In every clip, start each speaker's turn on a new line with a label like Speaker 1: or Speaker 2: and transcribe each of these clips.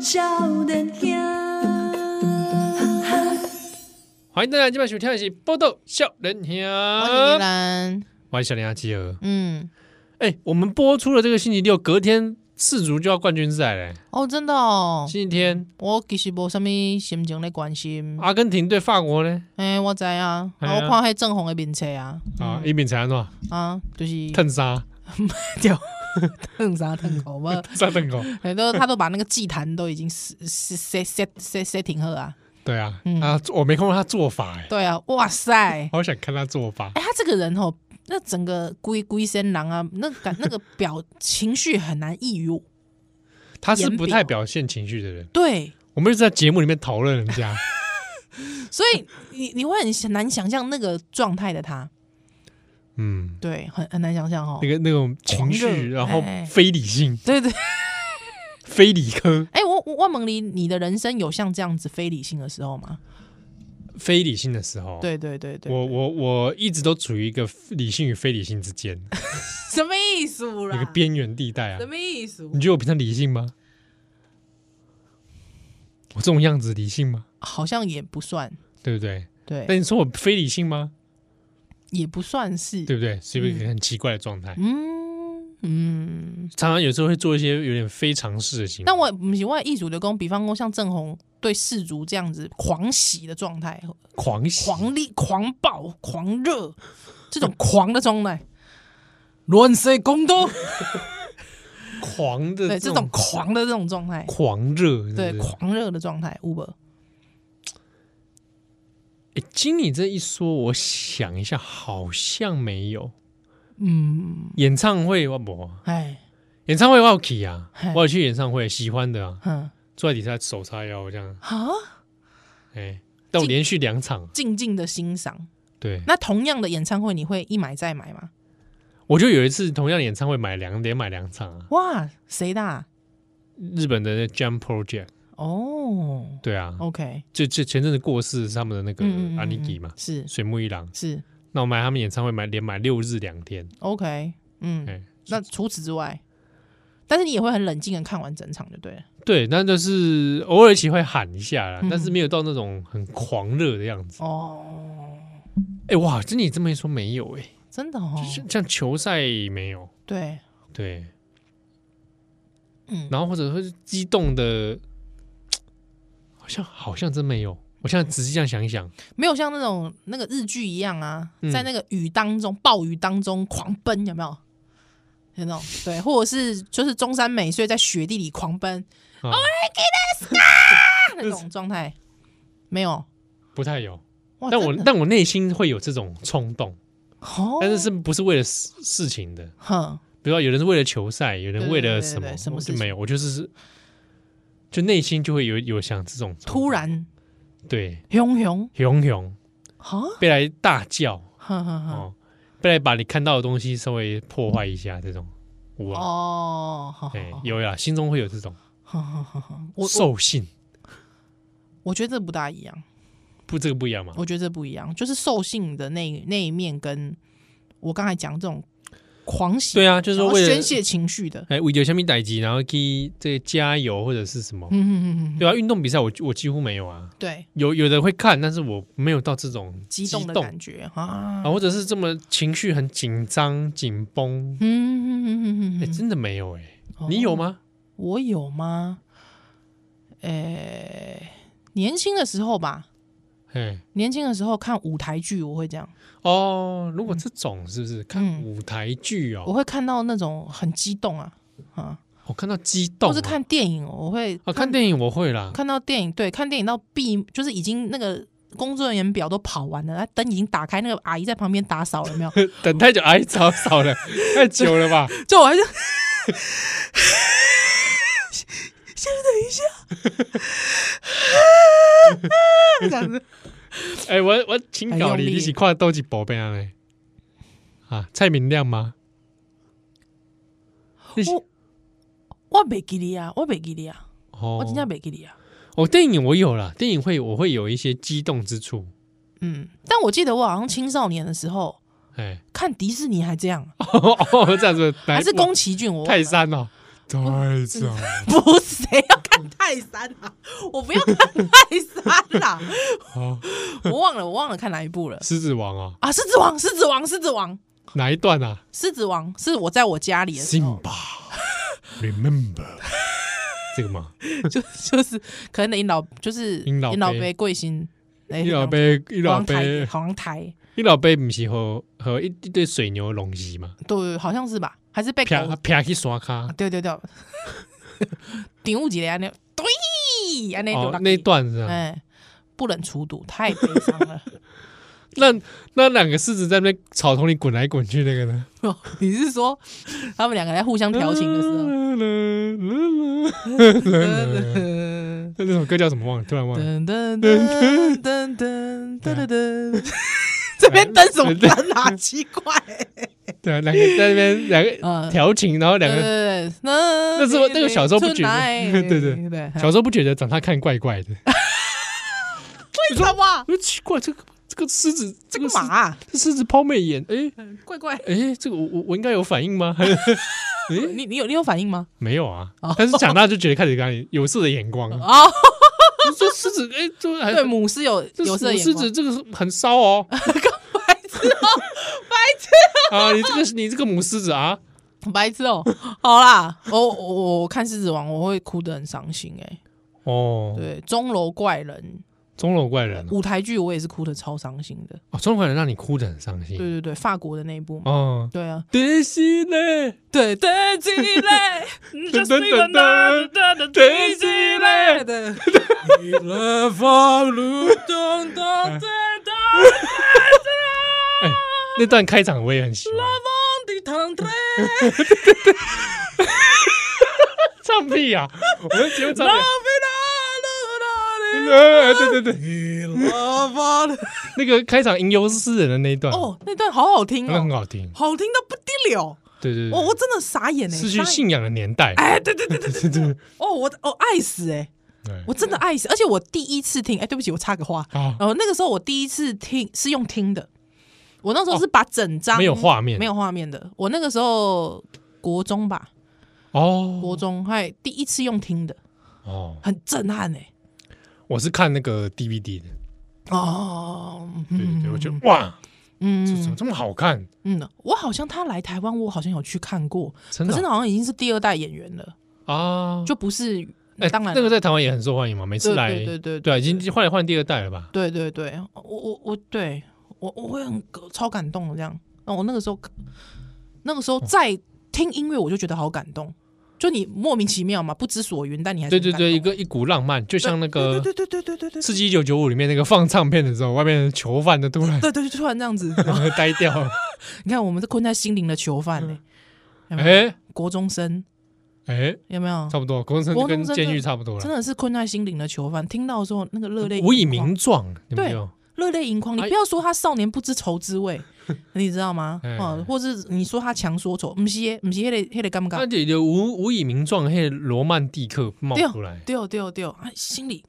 Speaker 1: 少年兄，
Speaker 2: 欢迎大家今晚收听的是《报道笑人兄》，
Speaker 3: 欢迎依啊兰，
Speaker 2: 我是小林阿基尔。
Speaker 3: 嗯，
Speaker 2: 哎，我们播出了这个星期六，隔天四足就要冠军赛嘞。
Speaker 3: 哦，真的哦，
Speaker 2: 星期天，
Speaker 3: 我其实无啥物心情咧关心，
Speaker 2: 阿根廷对法国呢？
Speaker 3: 诶、我知啊，
Speaker 2: 嘿
Speaker 3: 啊
Speaker 2: 啊
Speaker 3: 我看迄正红的面册啊，
Speaker 2: 啊，
Speaker 3: 嗯
Speaker 2: 一比才安怎？
Speaker 3: 啊，就是
Speaker 2: 腾沙，
Speaker 3: 烫啥烫口 无，
Speaker 2: 沙腾狗。
Speaker 3: 很多他都把那个祭坛都已经 set set set set setting 好啊，
Speaker 2: 对啊，
Speaker 3: 嗯
Speaker 2: 啊，我没看过他做法，哎，
Speaker 3: 对啊，哇塞，哎、
Speaker 2: 好想看他做法。
Speaker 3: 他这个人哦，那整个龟龟身狼啊，那感 那个表情绪很难抑郁，
Speaker 2: 他是不太表现情绪的人，
Speaker 3: 对，
Speaker 2: 我们一直在节目里面讨论人 家。
Speaker 3: 所以你你会很难想象那个状态的他，
Speaker 2: 嗯，
Speaker 3: 对，很很难想象哦
Speaker 2: 那，个那种情
Speaker 3: 狂
Speaker 2: 绪，
Speaker 3: 热
Speaker 2: 然后
Speaker 3: 哎
Speaker 2: 非理性、
Speaker 3: 对对。
Speaker 2: 非理科、
Speaker 3: 哎、我我我问你，你的人生有像这样子非理性的时候吗？
Speaker 2: 非理性的时候，
Speaker 3: 对对对对，
Speaker 2: 我我我一直都处于一个理性与非理性之间，
Speaker 3: 什么意思
Speaker 2: 有一
Speaker 3: 啦
Speaker 2: 个？边缘地带啊
Speaker 3: 什。么意思？
Speaker 2: 你觉得我平常理性吗？我这种样子理性吗？
Speaker 3: 好像也不算，
Speaker 2: 对不对？
Speaker 3: 对，
Speaker 2: 但你说我非理性吗？
Speaker 3: 也不算是，
Speaker 2: 对不对？是一个很奇怪的状态，
Speaker 3: 嗯嗯。
Speaker 2: 常常有时候会做一些有点非常事的行为。
Speaker 3: 但我不是我的意思就讲，比方说像郑红对世族这样子狂喜的状态，
Speaker 2: 狂喜
Speaker 3: 狂力、狂暴、狂热这种狂的状态，乱世公都，
Speaker 2: 狂的
Speaker 3: 对这种狂的这种状态，
Speaker 2: 狂热，是不
Speaker 3: 对
Speaker 2: 是
Speaker 3: 狂热的状态，Uber，
Speaker 2: 诶哎经你这一说，我想一下，好像没有
Speaker 3: 嗯，
Speaker 2: 演唱会我不，
Speaker 3: 哎，
Speaker 2: 演唱会我有去啊
Speaker 3: 嘿，
Speaker 2: 我有去演唱会，喜欢的啊，
Speaker 3: 哼，
Speaker 2: 坐在底下手叉腰这样，
Speaker 3: 啊。
Speaker 2: 哎，但我连续两场，
Speaker 3: 静静的欣赏。
Speaker 2: 对，
Speaker 3: 那同样的演唱会，你会一买再买吗？
Speaker 2: 我就有一次同样的演唱会买两连买两场啊，
Speaker 3: 哇，谁的、啊？
Speaker 2: 日本的那 Jam Project，
Speaker 3: 哦
Speaker 2: 对啊，
Speaker 3: ，OK，
Speaker 2: 就就前阵子过世是他们的那个
Speaker 3: 嗯嗯嗯嗯
Speaker 2: 阿尼基嘛，
Speaker 3: 是
Speaker 2: 水木一郎，
Speaker 3: 是
Speaker 2: 那我买他们演唱会买连买六日两天，
Speaker 3: OK，嗯。
Speaker 2: 哎，
Speaker 3: 那除此之外，但是你也会很冷静的看完整场，就对了。
Speaker 2: 对，那就是偶尔一起会喊一下啦，
Speaker 3: 嗯
Speaker 2: 但是没有到那种很狂热的样子。
Speaker 3: 哦，
Speaker 2: 哎、哇，真的你这么一说没有哎、
Speaker 3: 真的哦
Speaker 2: 就，是像球赛没有，
Speaker 3: 对，
Speaker 2: 对，
Speaker 3: 嗯
Speaker 2: 然后或者说是激动的，好像好像真没有。我现在仔细这样想一想，
Speaker 3: 没有像那种那个日剧一样啊，
Speaker 2: 嗯
Speaker 3: 在那个雨当中、暴雨当中狂奔，有没有？有那种对，或者是就是中山美穗在雪地里狂奔
Speaker 2: 啊、
Speaker 3: 啊那种状态，没有。
Speaker 2: 不太有。
Speaker 3: 哇
Speaker 2: 但
Speaker 3: 真
Speaker 2: 我
Speaker 3: 的
Speaker 2: 但我内心会有这种冲动，
Speaker 3: 哦，
Speaker 2: 但是是不是为了事事情的？
Speaker 3: 哼，
Speaker 2: 比如说有人是为了球赛，有人为
Speaker 3: 对对对
Speaker 2: 了
Speaker 3: 对
Speaker 2: 什么，
Speaker 3: 对什么
Speaker 2: 我
Speaker 3: 事
Speaker 2: 就
Speaker 3: 情
Speaker 2: 没有。我就是就内心就会有有想这种冲动
Speaker 3: 突然
Speaker 2: 对
Speaker 3: 汹涌
Speaker 2: 熊熊
Speaker 3: 哈，
Speaker 2: 被来大叫
Speaker 3: 哼哼哼，
Speaker 2: 哦，被来把你看到的东西稍微破坏一下，这种我啊
Speaker 3: 哦，好好
Speaker 2: 哎
Speaker 3: 好
Speaker 2: 有呀，心中会有这种
Speaker 3: 好好好好，我我
Speaker 2: 兽性，
Speaker 3: 我觉得这不大一样，
Speaker 2: 不这个不一样嘛？
Speaker 3: 我觉得这不一样，就是兽性的那那一面，跟我刚才讲这种狂喜，
Speaker 2: 对啊，就是
Speaker 3: 然
Speaker 2: 说
Speaker 3: 后
Speaker 2: 为
Speaker 3: 宣
Speaker 2: 了
Speaker 3: 泄情绪的，
Speaker 2: 哎为了下面代击，然后去这加油或者是什么，
Speaker 3: 嗯嗯嗯嗯，
Speaker 2: 对啊，运动比赛我我几乎没有啊，
Speaker 3: 对，
Speaker 2: 有有的会看，但是我没有到这种
Speaker 3: 激动的感觉啊
Speaker 2: 啊，，或者是这么情绪很紧张紧绷，
Speaker 3: 嗯嗯嗯嗯
Speaker 2: 哎，
Speaker 3: 嗯
Speaker 2: 真的没有哎，
Speaker 3: 嗯，
Speaker 2: 你有
Speaker 3: 哦？
Speaker 2: 吗？
Speaker 3: 我有吗？呃，年轻的时候吧，
Speaker 2: 哎
Speaker 3: 年轻的时候看舞台剧，我会这样。
Speaker 2: 哦，如果这种是不是看
Speaker 3: 嗯
Speaker 2: 舞台剧
Speaker 3: 我
Speaker 2: 哦？
Speaker 3: 会看到那种很激动啊啊，
Speaker 2: 我看到激动
Speaker 3: 或
Speaker 2: 啊，
Speaker 3: 是看电影，我会
Speaker 2: 啊，看电影我会啦，
Speaker 3: 看到电影，对，看电影到闭，就是已经那个工作人员表都跑完了，那灯已经打开，那个阿姨在旁边打扫，有没 有？
Speaker 2: 等太久，哎，早少 了，太久了吧？
Speaker 3: 就我还是。 先等一下，这样子，
Speaker 2: 哎，我我请教你，
Speaker 3: 很用力
Speaker 2: 你是看多几宝贝啊嘞？啊，蔡明亮吗？你是
Speaker 3: 我我袂记你啊，我袂记你啊，我真正
Speaker 2: 哦，
Speaker 3: 袂记你啊。
Speaker 2: 哦，电影我有啦，电影会我会有一些激动之处，
Speaker 3: 嗯，但我记得我好像青少年的时候
Speaker 2: 哎，
Speaker 3: 看迪士尼还这样，
Speaker 2: 哦，这样子
Speaker 3: 还是
Speaker 2: 公
Speaker 3: 啊宫崎骏，我忘
Speaker 2: 泰
Speaker 3: 了
Speaker 2: 山哦，太早，
Speaker 3: 不是谁要看泰山啊？ 我不要看泰山啦、
Speaker 2: 好，
Speaker 3: 我忘了，我忘了看哪一部了
Speaker 2: 狮子王啊，
Speaker 3: 啊！狮子王，狮子王，狮子王，
Speaker 2: 哪一段啊？
Speaker 3: 狮子王是我在我家里的时候，
Speaker 2: 巴，Remember 这个吗？
Speaker 3: 就 就是可能的银老就是
Speaker 2: 银老
Speaker 3: 银老
Speaker 2: 杯
Speaker 3: 杯贵姓，
Speaker 2: 一
Speaker 3: 银
Speaker 2: 老杯，一老
Speaker 3: 黄台
Speaker 2: 杯，
Speaker 3: 黄台，
Speaker 2: 一老杯，不是和和一一堆水牛龙戏嘛？
Speaker 3: 对，好像是吧？还是被狗
Speaker 2: 啪啪去刷卡
Speaker 3: 啊，对对对，顶五级的安尼，对，安尼就
Speaker 2: 哦
Speaker 3: 落，
Speaker 2: 那一
Speaker 3: 地
Speaker 2: 段是吧？
Speaker 3: 哎，不忍卒读，太悲伤了。
Speaker 2: 那那两个狮子在那边草丛里滚来滚去那个呢？
Speaker 3: 你是说他们两个在互相调情的时候？
Speaker 2: 候，那那首歌叫什么？忘了，突然忘了。
Speaker 3: 噔噔噔噔噔噔噔噔，这边登什么登啊？奇怪，
Speaker 2: 对啊，两个在那边两个
Speaker 3: 嗯
Speaker 2: 调情，然后两个
Speaker 3: 对对，那对对，
Speaker 2: 小时候不觉得长大看怪怪的，
Speaker 3: 为什么？
Speaker 2: 我说奇怪，这个这个狮子，这
Speaker 3: 这
Speaker 2: 个
Speaker 3: 个
Speaker 2: 狮
Speaker 3: 嘛，
Speaker 2: 这狮子抛媚眼，哎
Speaker 3: 怪怪，
Speaker 2: 哎，这个我我我应该有反应吗？ 哎，
Speaker 3: 你你有你有反应吗？
Speaker 2: 没有啊，但是长大就觉得开始看有色的眼光，
Speaker 3: 哦，
Speaker 2: 就说狮子，哎，就还
Speaker 3: 对，母狮有
Speaker 2: 这
Speaker 3: 有色眼
Speaker 2: 狮
Speaker 3: 光
Speaker 2: 子，这个是很骚 哦，
Speaker 3: 白痴哦，
Speaker 2: 啊，你这个你这个母狮子啊，
Speaker 3: 白痴哦、好啦，我我我看《狮子王》，我会哭得很伤心哎、
Speaker 2: 哦，
Speaker 3: 对，钟楼怪人
Speaker 2: 钟楼怪人哦，
Speaker 3: 舞台剧，我也是哭得超伤心的。
Speaker 2: 哦钟楼怪人让你哭得很伤
Speaker 3: 对
Speaker 2: 心，
Speaker 3: 对对，法国的那一部嘛。
Speaker 2: 嗯哦，
Speaker 3: 对啊，
Speaker 2: 德西嘞，
Speaker 3: 对对起 来，
Speaker 2: 噔噔噔
Speaker 3: 对起来的，
Speaker 2: 了放路
Speaker 3: 咚咚
Speaker 2: 哎
Speaker 3: 咚咚，
Speaker 2: 哎， 那段开场我也很喜欢。
Speaker 3: 梦的糖对，
Speaker 2: 哎唱屁呀、啊！我们节目唱屁、
Speaker 3: 浪
Speaker 2: 呃对对对，
Speaker 3: 费啦啦啦啦，
Speaker 2: 那个开场吟游诗人的那一段，
Speaker 3: 哦，那段好好听
Speaker 2: 那很
Speaker 3: 哦，
Speaker 2: 好听。
Speaker 3: 好听到不得了，
Speaker 2: 对对对，
Speaker 3: 我哦我真的傻眼哎，
Speaker 2: 失
Speaker 3: 傻
Speaker 2: 去
Speaker 3: 眼
Speaker 2: 信仰的年代，
Speaker 3: 哎，对对对对
Speaker 2: 对对 对，
Speaker 3: 哦，我哦爱死哎、
Speaker 2: 对
Speaker 3: 我真的爱死，而且我第一次听，哎、对不起，我插个话，
Speaker 2: 啊，
Speaker 3: 然后那个时候我第一次听是用听的，我那时候是把整张、
Speaker 2: 哦没有画面，
Speaker 3: 没
Speaker 2: 有
Speaker 3: 有画面的，我那个时候国中吧，
Speaker 2: 哦
Speaker 3: 国中还第一次用听的，
Speaker 2: 哦，
Speaker 3: 很震撼哎、
Speaker 2: 我是看那个 DVD 的，
Speaker 3: 哦，
Speaker 2: 对对
Speaker 3: 嗯
Speaker 2: 对，我觉得哇，这怎么
Speaker 3: 嗯
Speaker 2: 这么好看？
Speaker 3: 嗯，我好像他来台湾，我好像有去看过，
Speaker 2: 真
Speaker 3: 可
Speaker 2: 的
Speaker 3: 是那好像已经是第二代演员了，
Speaker 2: 啊啊，
Speaker 3: 就不是，
Speaker 2: 哎
Speaker 3: 当然
Speaker 2: 那个在台湾也很受欢迎嘛，每次
Speaker 3: 对
Speaker 2: 来
Speaker 3: 对对对
Speaker 2: 对啊，已经换来换第二代了吧？
Speaker 3: 对对对，我我我对我我会很超感动的这样。那我那个时候，那个时候
Speaker 2: 嗯
Speaker 3: 在听音乐，我就觉得好感动。就你莫名其妙嘛，不知所云，但你还是
Speaker 2: 对
Speaker 3: 很
Speaker 2: 对
Speaker 3: 感动
Speaker 2: 对，一个一股浪漫，就像那个《
Speaker 3: 哎对对对对对对对
Speaker 2: 刺激一九九五》里面那个放唱片的时候，外面的囚犯的突然
Speaker 3: 对对，就突然这样 子。
Speaker 2: 呆掉了，
Speaker 3: 你看，我们是困在心灵的囚
Speaker 2: 嗯
Speaker 3: 犯呢、有没有
Speaker 2: 哎
Speaker 3: 国中生
Speaker 2: 哎，
Speaker 3: 有没有？
Speaker 2: 差不多，国中生就
Speaker 3: 哦国中
Speaker 2: 跟
Speaker 3: 生
Speaker 2: 监
Speaker 3: 真
Speaker 2: 狱
Speaker 3: 的
Speaker 2: 差不多
Speaker 3: 真
Speaker 2: 了，
Speaker 3: 的是困在心灵的囚犯，听到的时候那个热泪
Speaker 2: 无以
Speaker 3: 盈眶
Speaker 2: 名状，有没
Speaker 3: 对
Speaker 2: 有？
Speaker 3: 热泪盈眶。你
Speaker 2: 哎
Speaker 3: 不要说他少年不知愁滋 味，你知道吗？
Speaker 2: 哎
Speaker 3: 啊，或是你说他强说愁，不是耶，不是黑的黑的干不干
Speaker 2: 那？就就无无以名状，嘿，罗曼蒂克冒
Speaker 3: 对
Speaker 2: 出来，
Speaker 3: 对对对，啊，心里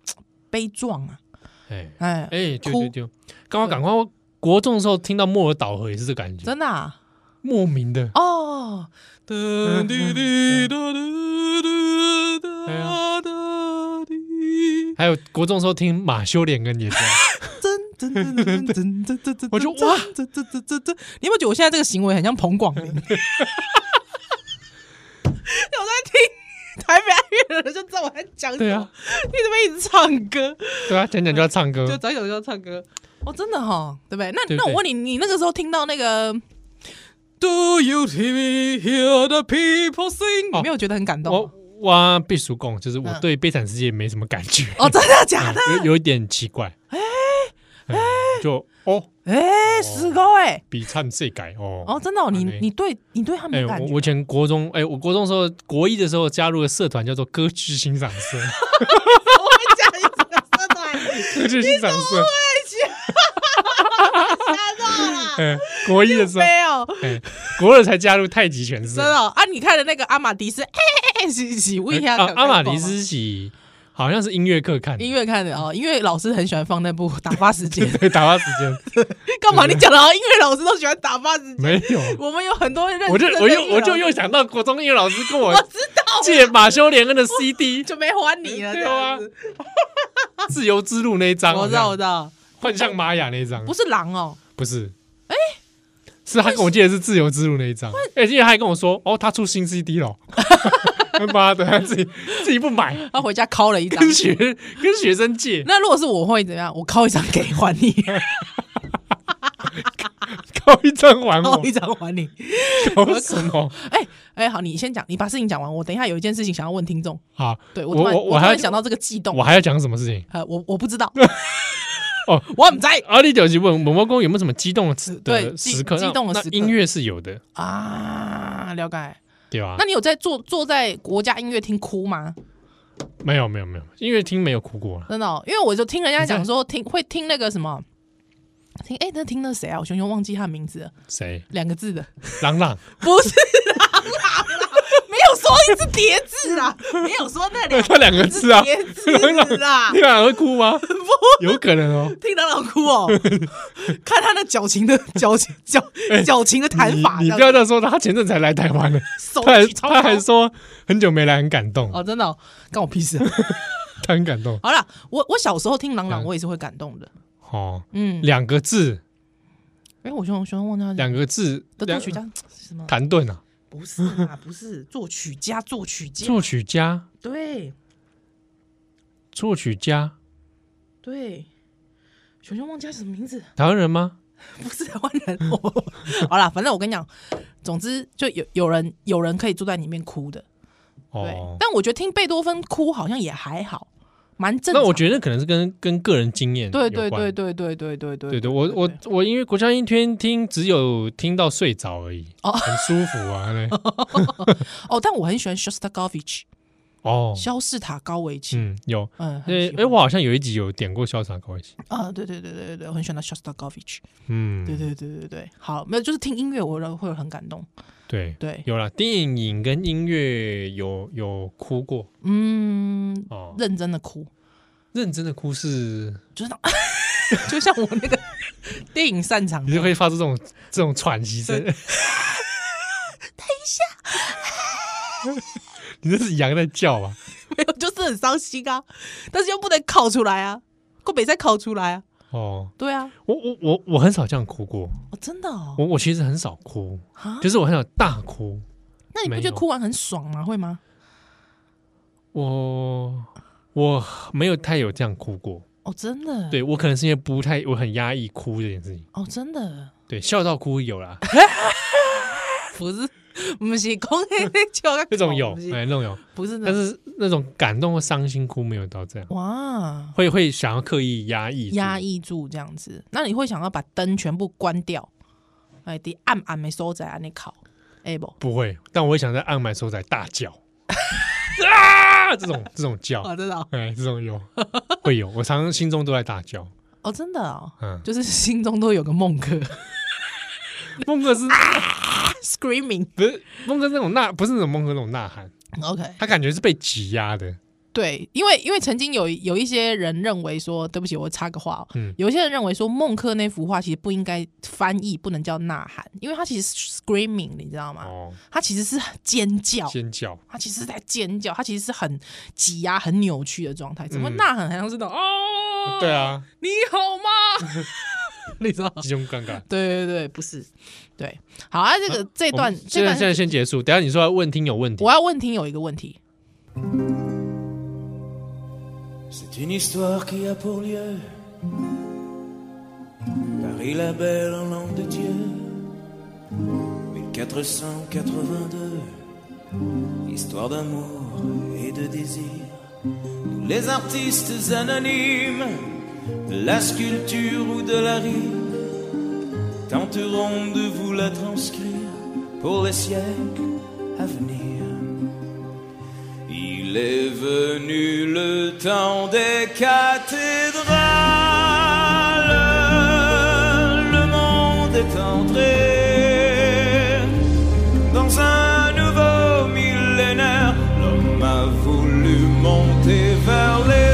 Speaker 3: 悲壮啊，
Speaker 2: 哎
Speaker 3: 哎，
Speaker 2: 哎，就
Speaker 3: 哭
Speaker 2: 就就，刚好赶快，我国中的时候听到莫尔岛河也是这感觉，
Speaker 3: 真的啊、
Speaker 2: 莫名的，
Speaker 3: 哦，
Speaker 2: 嗯嗯哎呀还有国中的时候听马修连根也 这样，
Speaker 3: 真真真真真真真真，
Speaker 2: 我就哇
Speaker 3: 真真真真真，你有没有觉得我现在这个行为很像彭广明？有在听台北爱乐的人就知道我在讲什么，
Speaker 2: 对啊，
Speaker 3: 你怎么一直唱歌？
Speaker 2: 对啊，讲讲就要唱
Speaker 3: 就
Speaker 2: 歌，
Speaker 3: 找一首歌唱歌。哦，真的哈，对不对？那
Speaker 2: 对
Speaker 3: 那
Speaker 2: 对
Speaker 3: 我问你，你那个时候听到那个
Speaker 2: Do you hear the people sing？
Speaker 3: 有哦没有觉得很感动
Speaker 2: 我？我必须讲，就是我对《悲惨世界》没什么感觉，嗯
Speaker 3: 哦，真的嗯假的？
Speaker 2: 有有一点奇怪，哎哎，就哦，
Speaker 3: 哎，石膏哎，
Speaker 2: 比惨世改哦
Speaker 3: 哦，真的、哦，你
Speaker 2: 啊对
Speaker 3: 你对你对他 没
Speaker 2: 哎，
Speaker 3: 有感
Speaker 2: 我
Speaker 3: 觉？
Speaker 2: 我以前国中，哎，我国中的时候，国一的时候加入了社团，叫做歌剧欣赏 社，
Speaker 3: 我们家一个社团，
Speaker 2: 歌剧欣赏社，
Speaker 3: 吓到啦！
Speaker 2: 哎，国一的时候，
Speaker 3: 没有，
Speaker 2: 哎，国二才加入太极拳社
Speaker 3: 啊真的，哦啊！你看的那个阿玛迪斯，哎、哎哎，洗洗问一
Speaker 2: 哎
Speaker 3: 下，
Speaker 2: 啊阿玛迪斯是好像是音乐课看的
Speaker 3: 音，乐看的哦，音乐老师很喜欢放那部打发时
Speaker 2: 。
Speaker 3: 间
Speaker 2: 对，打发时间
Speaker 3: 干嘛？你讲的哦好像音乐老师都喜欢打发时间。
Speaker 2: 没有。
Speaker 3: 我们有很多认真
Speaker 2: 嗯我就
Speaker 3: 的
Speaker 2: 我
Speaker 3: 音
Speaker 2: 又
Speaker 3: 乐
Speaker 2: 我就
Speaker 3: 老师
Speaker 2: 又想到国中音乐老师跟我
Speaker 3: 我知道啊
Speaker 2: 借马修·连恩的 CD《
Speaker 3: 就没还你了。
Speaker 2: 对
Speaker 3: 这样
Speaker 2: 啊
Speaker 3: 子
Speaker 2: 自由之路》那一张，
Speaker 3: 我知道我知道，
Speaker 2: 幻象玛雅那一张
Speaker 3: 不，是狼哦，
Speaker 2: 不是，哎，是他跟我借的是《自由之路》那一张，而且他还跟我说，哦，他出新 CD 了，妈的，他自己自己不买，
Speaker 3: 他回家敲了一张。
Speaker 2: 跟 学跟学生借，
Speaker 3: 那如果是我会怎么样？我敲一张给还 你，
Speaker 2: 靠一张还我
Speaker 3: 敲，一张还哦你。
Speaker 2: 搞什么？
Speaker 3: 哎哎，好，你先讲，你把事情讲完，我等一下有一件事情想要问听众。
Speaker 2: 好，
Speaker 3: 对
Speaker 2: 我
Speaker 3: 突然
Speaker 2: 我我
Speaker 3: 突
Speaker 2: 还要
Speaker 3: 然想到这个悸动
Speaker 2: 我，还要讲什么事情？。
Speaker 3: 呃，我我不知道
Speaker 2: 哦，
Speaker 3: 我很在
Speaker 2: 阿丽就是问某某公有没有什么激动的时的
Speaker 3: 对
Speaker 2: 时刻？
Speaker 3: 激激动的
Speaker 2: 那
Speaker 3: 时刻
Speaker 2: 那音乐是有的，
Speaker 3: 啊，了解。
Speaker 2: 对吧
Speaker 3: 那？你有在坐坐在国家音乐厅哭吗？
Speaker 2: 没有没有没有，音乐厅没有哭过啊了。
Speaker 3: 真的哦、因为我就听人家
Speaker 2: 你在
Speaker 3: 讲说，听会听那个什么，听哎、那听那谁啊？我熊熊忘记他名字了，
Speaker 2: 谁？
Speaker 3: 两个字的，
Speaker 2: 朗朗，
Speaker 3: 不是啦，没有说一只叠字 啦，没有说那两
Speaker 2: 他两个字啊，
Speaker 3: 叠字 啦
Speaker 2: 你，朗朗会哭吗？有可能哦。
Speaker 3: 听朗朗哭 哦，看他那矫情的矫情矫矫情的弹法，
Speaker 2: 哎你你
Speaker 3: 这
Speaker 2: 不要
Speaker 3: 样
Speaker 2: 这样说，他前阵才来台湾呢，
Speaker 3: 手
Speaker 2: 他还
Speaker 3: 起
Speaker 2: 他
Speaker 3: 超
Speaker 2: 还
Speaker 3: 高
Speaker 2: 说很久没来，很感动，
Speaker 3: 哦，真的、哦，干我屁事、 啊。
Speaker 2: 他很感动
Speaker 3: 好啦，我我小时候听朗朗，
Speaker 2: 嗯
Speaker 3: 我也是会感动的。
Speaker 2: 哦。
Speaker 3: 嗯，
Speaker 2: 两个字，
Speaker 3: 哎、我熊熊忘记他
Speaker 2: 两个字，
Speaker 3: 的作
Speaker 2: 两
Speaker 3: 曲家是什么？
Speaker 2: 谭盾啊，
Speaker 3: 不是 啊，不是作曲家，作曲家，
Speaker 2: 作曲家，
Speaker 3: 对
Speaker 2: 作曲家，
Speaker 3: 对，熊熊忘记他什么名字，
Speaker 2: 台湾人吗？
Speaker 3: 不是台湾人。我好啦，反正我跟你讲，总之就有有人有人可以坐在里面哭的，对。
Speaker 2: 哦，
Speaker 3: 但我觉得听贝多芬哭好像也还好，蛮正常。
Speaker 2: 那我觉得可能是跟跟个人经验
Speaker 3: 对
Speaker 2: 有
Speaker 3: 对
Speaker 2: 关
Speaker 3: 对对对对对对
Speaker 2: 对对，我我我因为国家音天听只有听到睡着而已，
Speaker 3: 哦
Speaker 2: 很舒服啊。对
Speaker 3: 哦，但我很喜欢 Shostakovich
Speaker 2: 哦，
Speaker 3: 肖斯塔高维奇，
Speaker 2: 嗯，有。
Speaker 3: 嗯，很
Speaker 2: 对，
Speaker 3: 喜
Speaker 2: 哎，
Speaker 3: 欢
Speaker 2: 我好像有一集有点过潇洒高一起，
Speaker 3: 啊，对对对对对对，我很喜欢 Shostakovich，
Speaker 2: 嗯，
Speaker 3: 对对对对对对，好，没有就是听音乐我会会很感动，
Speaker 2: 对，
Speaker 3: 对，
Speaker 2: 有啦，电影跟音乐有有哭过
Speaker 3: 嗯，
Speaker 2: 哦，
Speaker 3: 认真的哭，
Speaker 2: 认真的哭是，
Speaker 3: 就是那种就像我那个 电影擅长
Speaker 2: 你
Speaker 3: 的
Speaker 2: 就会发出这种这种喘息 声。等一下， 你这是羊在叫啊？
Speaker 3: 没有，就是很伤心啊，但是又不能考出来啊，过北再考出来啊，
Speaker 2: 哦，
Speaker 3: 对啊，
Speaker 2: 我我我我很少这样哭过，
Speaker 3: 哦，真的哦，
Speaker 2: 我我其实很少哭，
Speaker 3: 啊，
Speaker 2: 就是我很少大哭。
Speaker 3: 那你不
Speaker 2: 没
Speaker 3: 觉得
Speaker 2: 有
Speaker 3: 哭完很爽吗？会吗？
Speaker 2: 我我没有太有这样哭过，
Speaker 3: 哦，真的，，
Speaker 2: 对我可能是因为不太我很压抑哭这件事情，
Speaker 3: 哦，真的，
Speaker 2: 对笑到哭有 啦，
Speaker 3: 不是，不是讲那那叫
Speaker 2: 那种有
Speaker 3: 不是
Speaker 2: 哎、那种有，
Speaker 3: 不是那
Speaker 2: 但
Speaker 3: 种，
Speaker 2: 是那种感动或伤心哭没有到这样，
Speaker 3: 哇，
Speaker 2: 会会想要刻意压抑住
Speaker 3: 压抑住这样子，那你会想要把灯全部关掉，哎，得暗暗的收在安尼考，哎不，
Speaker 2: 不会，但我会想在暗买时候在大 叫啊这种这种叫，
Speaker 3: 哦，真的哦，
Speaker 2: 哎、这种 有会有，我常常心中都在大叫，
Speaker 3: 哦，真的哦，
Speaker 2: 嗯，
Speaker 3: 就是心中都有个梦哥
Speaker 2: 梦哥是
Speaker 3: 啊 screaming。
Speaker 2: 不是梦哥那种呐，不是那种梦哥那种呐喊，
Speaker 3: OK，
Speaker 2: 他感觉是被挤压的，
Speaker 3: 对，因为因为曾经有有一些人认为说，对不起，我插个话、哦，
Speaker 2: 嗯
Speaker 3: 有一些人认为说，孟克那幅画其实不应该翻译，不能叫呐喊，因为它其实是 screaming，你知道吗？
Speaker 2: 哦，
Speaker 3: 它其实是尖叫，
Speaker 2: 尖叫。
Speaker 3: 它其实是在尖叫，它其实是很挤压、很扭曲的状态。怎么
Speaker 2: 嗯
Speaker 3: 呐喊好像是那种、哦，
Speaker 2: 对，啊，
Speaker 3: 你好吗？ 你知道吗？
Speaker 2: 集中尴尬。
Speaker 3: 对对对，不是，对，好啊，这个、这段
Speaker 2: 我们
Speaker 3: 这
Speaker 2: 现在
Speaker 3: 段
Speaker 2: 现在先结束，等一下你说要问听友问题
Speaker 3: 我，要问听友一个问题，
Speaker 1: C'est une histoire qui a pour lieu Paris la belle en langue de Dieu 1482 Histoire d'amour et de désir Nous les artistes anonymes De la sculpture ou de la rime Tenterons de vous la transcrire Pour les siècles à venir il est venu le temps des cathédrales. Le monde est entré dans un nouveau millénaire. L'homme a voulu monter vers les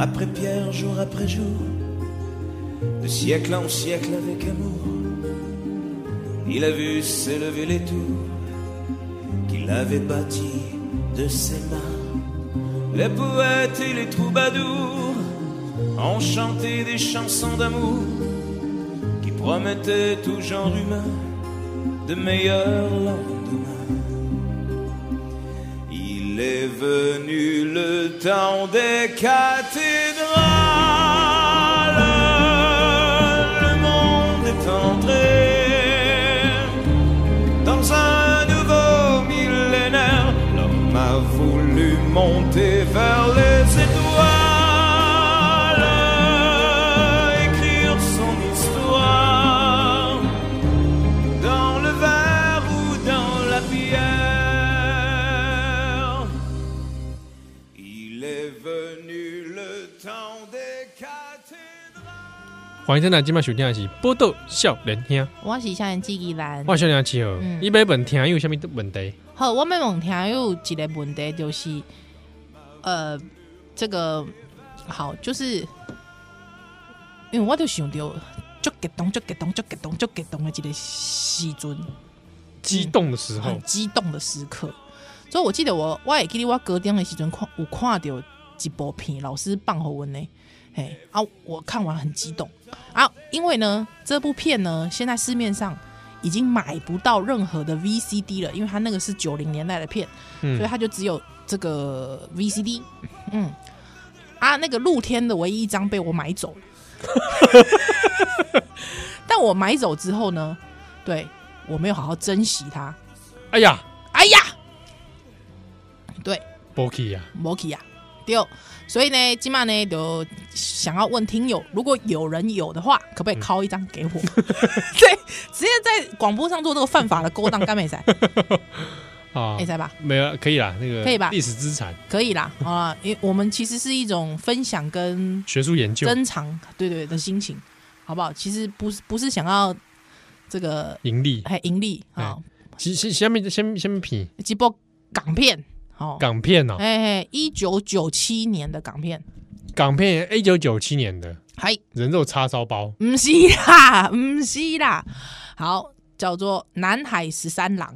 Speaker 1: après pierre, jour après jour, de siècle en siècle avec amour. Il a vu s'élever les tours qu'il avait bâties de ses mains. Les poètes et les troubadours ont chanté des chansons d'amour qui promettaient tout genre humain de meilleurs lendemains. Il est venu le temps des cathédrales. Le monde est entré dans un nouveau millénaire. L'homme a voulu monter vers les étoiles, écrire son histoire dans le verre ou dans la pierre. Il est venu le temps des cathédrales.
Speaker 2: 欢迎在哪今晚收听的是《波豆笑人听》，
Speaker 3: 我是少年纪依兰。
Speaker 2: 我笑人啊七号，
Speaker 3: 嗯
Speaker 2: 你买本听有啥物问题？
Speaker 3: 好，我们问听有一个问题就是，呃，这个好，就是因为我就想到，就激动，就激动，就激动，就激动的一个时阵，
Speaker 2: 激动的时候
Speaker 3: 很，激动的时刻。所以我记得我，我也记得我高中的时阵看，有看到一部片，老师放给阮的，嘿啊，我看完很激动啊，因为呢，这部片呢，现在市面上已经买不到任何的 VCD 了，因为它那个是九零年代的片，所以
Speaker 2: 嗯，
Speaker 3: 它就只有这个 VCD，嗯。啊，那个露天的唯一一张被我买走 了，但我买走之后呢，对我没有好好珍惜它，
Speaker 2: 哎呀
Speaker 3: 哎呀，对
Speaker 2: b o k y 呀，
Speaker 3: m o k 啊，对，所以呢，今晚呢就想要问听友，如果有人有的话，可不可以拷一张给我？对，直接在广播上做这个犯法的勾当，干美仔，
Speaker 2: 啊
Speaker 3: 美，仔吧，
Speaker 2: 没有可以啦，那个
Speaker 3: 哎可以吧
Speaker 2: 历史资产、
Speaker 3: 可以啦，好啦，因为我们其实是一种分享跟
Speaker 2: 学术研究，
Speaker 3: 珍藏，对对的心情，好不好？其实不是不是想要这个
Speaker 2: 盈利，
Speaker 3: 还盈利啊，
Speaker 2: 其其下面先先品
Speaker 3: 几部港片，好，
Speaker 2: 港片哦，
Speaker 3: 哎，一九九七年的港片，
Speaker 2: 港片一九九七年的
Speaker 3: 嗨。
Speaker 2: 人肉叉烧包，
Speaker 3: 唔是啦，唔是啦，好叫做《南海十三郎》，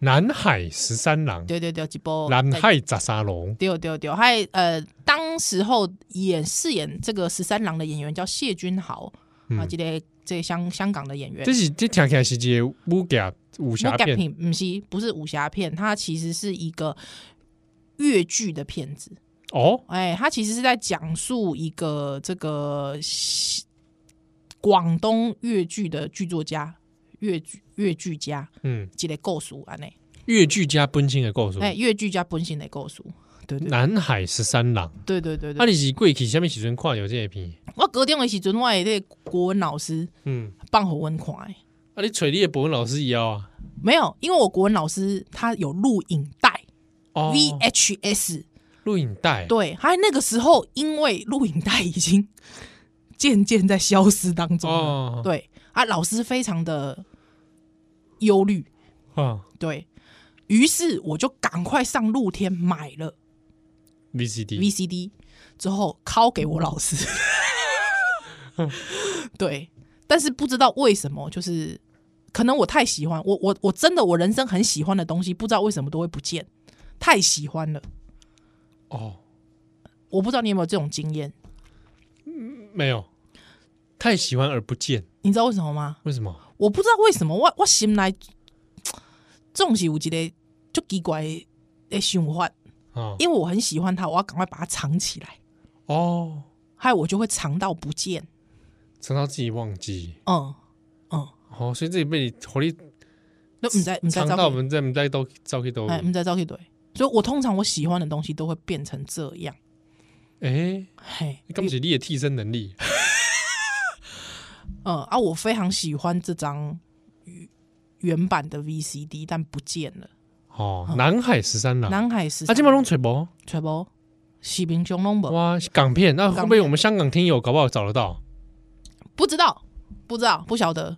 Speaker 2: 南海十三郎，
Speaker 3: 对对对，一部
Speaker 2: 南
Speaker 3: 呃
Speaker 2: 海杂沙龙，
Speaker 3: 对对对，还呃，当时候演饰演这个十三郎的演员叫谢君豪、啊，
Speaker 2: 嗯
Speaker 3: 这个这个香香港的演员
Speaker 2: 这。是这听起来是一个武侠武侠
Speaker 3: 不
Speaker 2: 片，
Speaker 3: 片不是不是武侠片，它其实是一个越剧的片子。
Speaker 2: 哦，
Speaker 3: 哎，它其实是在讲述一个这个西广东越剧的剧作家、越剧越剧家
Speaker 2: 嗯，
Speaker 3: 一个故事安尼。
Speaker 2: 越剧加奔青的构事，
Speaker 3: 哎，越剧加本性的故事，对对
Speaker 2: 南海十三郎。
Speaker 3: 对对对
Speaker 2: 啊，
Speaker 3: 对。
Speaker 2: 你是过去什么时阵看到这个片？
Speaker 3: 我高中的时阵，我的国文老师
Speaker 2: 嗯，
Speaker 3: 放给阮看的，
Speaker 2: 啊，你找你的博文老师也要啊？
Speaker 3: 没有，因为我国文老师他有录影带
Speaker 2: 哦
Speaker 3: VHS，
Speaker 2: 录影带，
Speaker 3: 对，还那个时候因为录影带已经渐渐在消失当中了，
Speaker 2: 哦，
Speaker 3: 对啊，老师非常的忧虑，
Speaker 2: 啊
Speaker 3: 对于是我就赶快上露天买了
Speaker 2: ，VCD，
Speaker 3: VCD 之后拷给我老师。对，但是不知道为什么，就是可能我太喜欢，我我我真的我人生很喜欢的东西，不知道为什么都会不见，太喜欢了。
Speaker 2: 哦，
Speaker 3: 我不知道你有没有这种经验，
Speaker 2: 没有，太喜欢而不见，
Speaker 3: 你知道为什么吗？
Speaker 2: 为什么？
Speaker 3: 我不知道为什么，我我心内总是有一个就奇怪的想法，
Speaker 2: 啊，
Speaker 3: 因为我很喜欢它，我要赶快把它藏起来，
Speaker 2: 哦，
Speaker 3: 害我就会藏到不见。
Speaker 2: 常常自己忘记，
Speaker 3: 嗯嗯，
Speaker 2: 哦，所以这里被你火力
Speaker 3: 那你在你在
Speaker 2: 藏到我们在我们在都照去都，
Speaker 3: 哎，
Speaker 2: 哎
Speaker 3: 唔知走去对，所以我通常我喜欢的东西都会变成这样。，
Speaker 2: 你
Speaker 3: 嘿，
Speaker 2: 刚是你的替身能力，
Speaker 3: 嗯啊，我非常喜欢这张原原版的 VCD，但不见了。
Speaker 2: 哦，南海十三郎，
Speaker 3: 南海十
Speaker 2: 啊，
Speaker 3: 三
Speaker 2: 今晚拢吹无，
Speaker 3: 全部喜兵熊拢无，
Speaker 2: 哇，港片，那会不会我们香港听友搞不好找得到？
Speaker 3: 不知道，不知道，不晓得。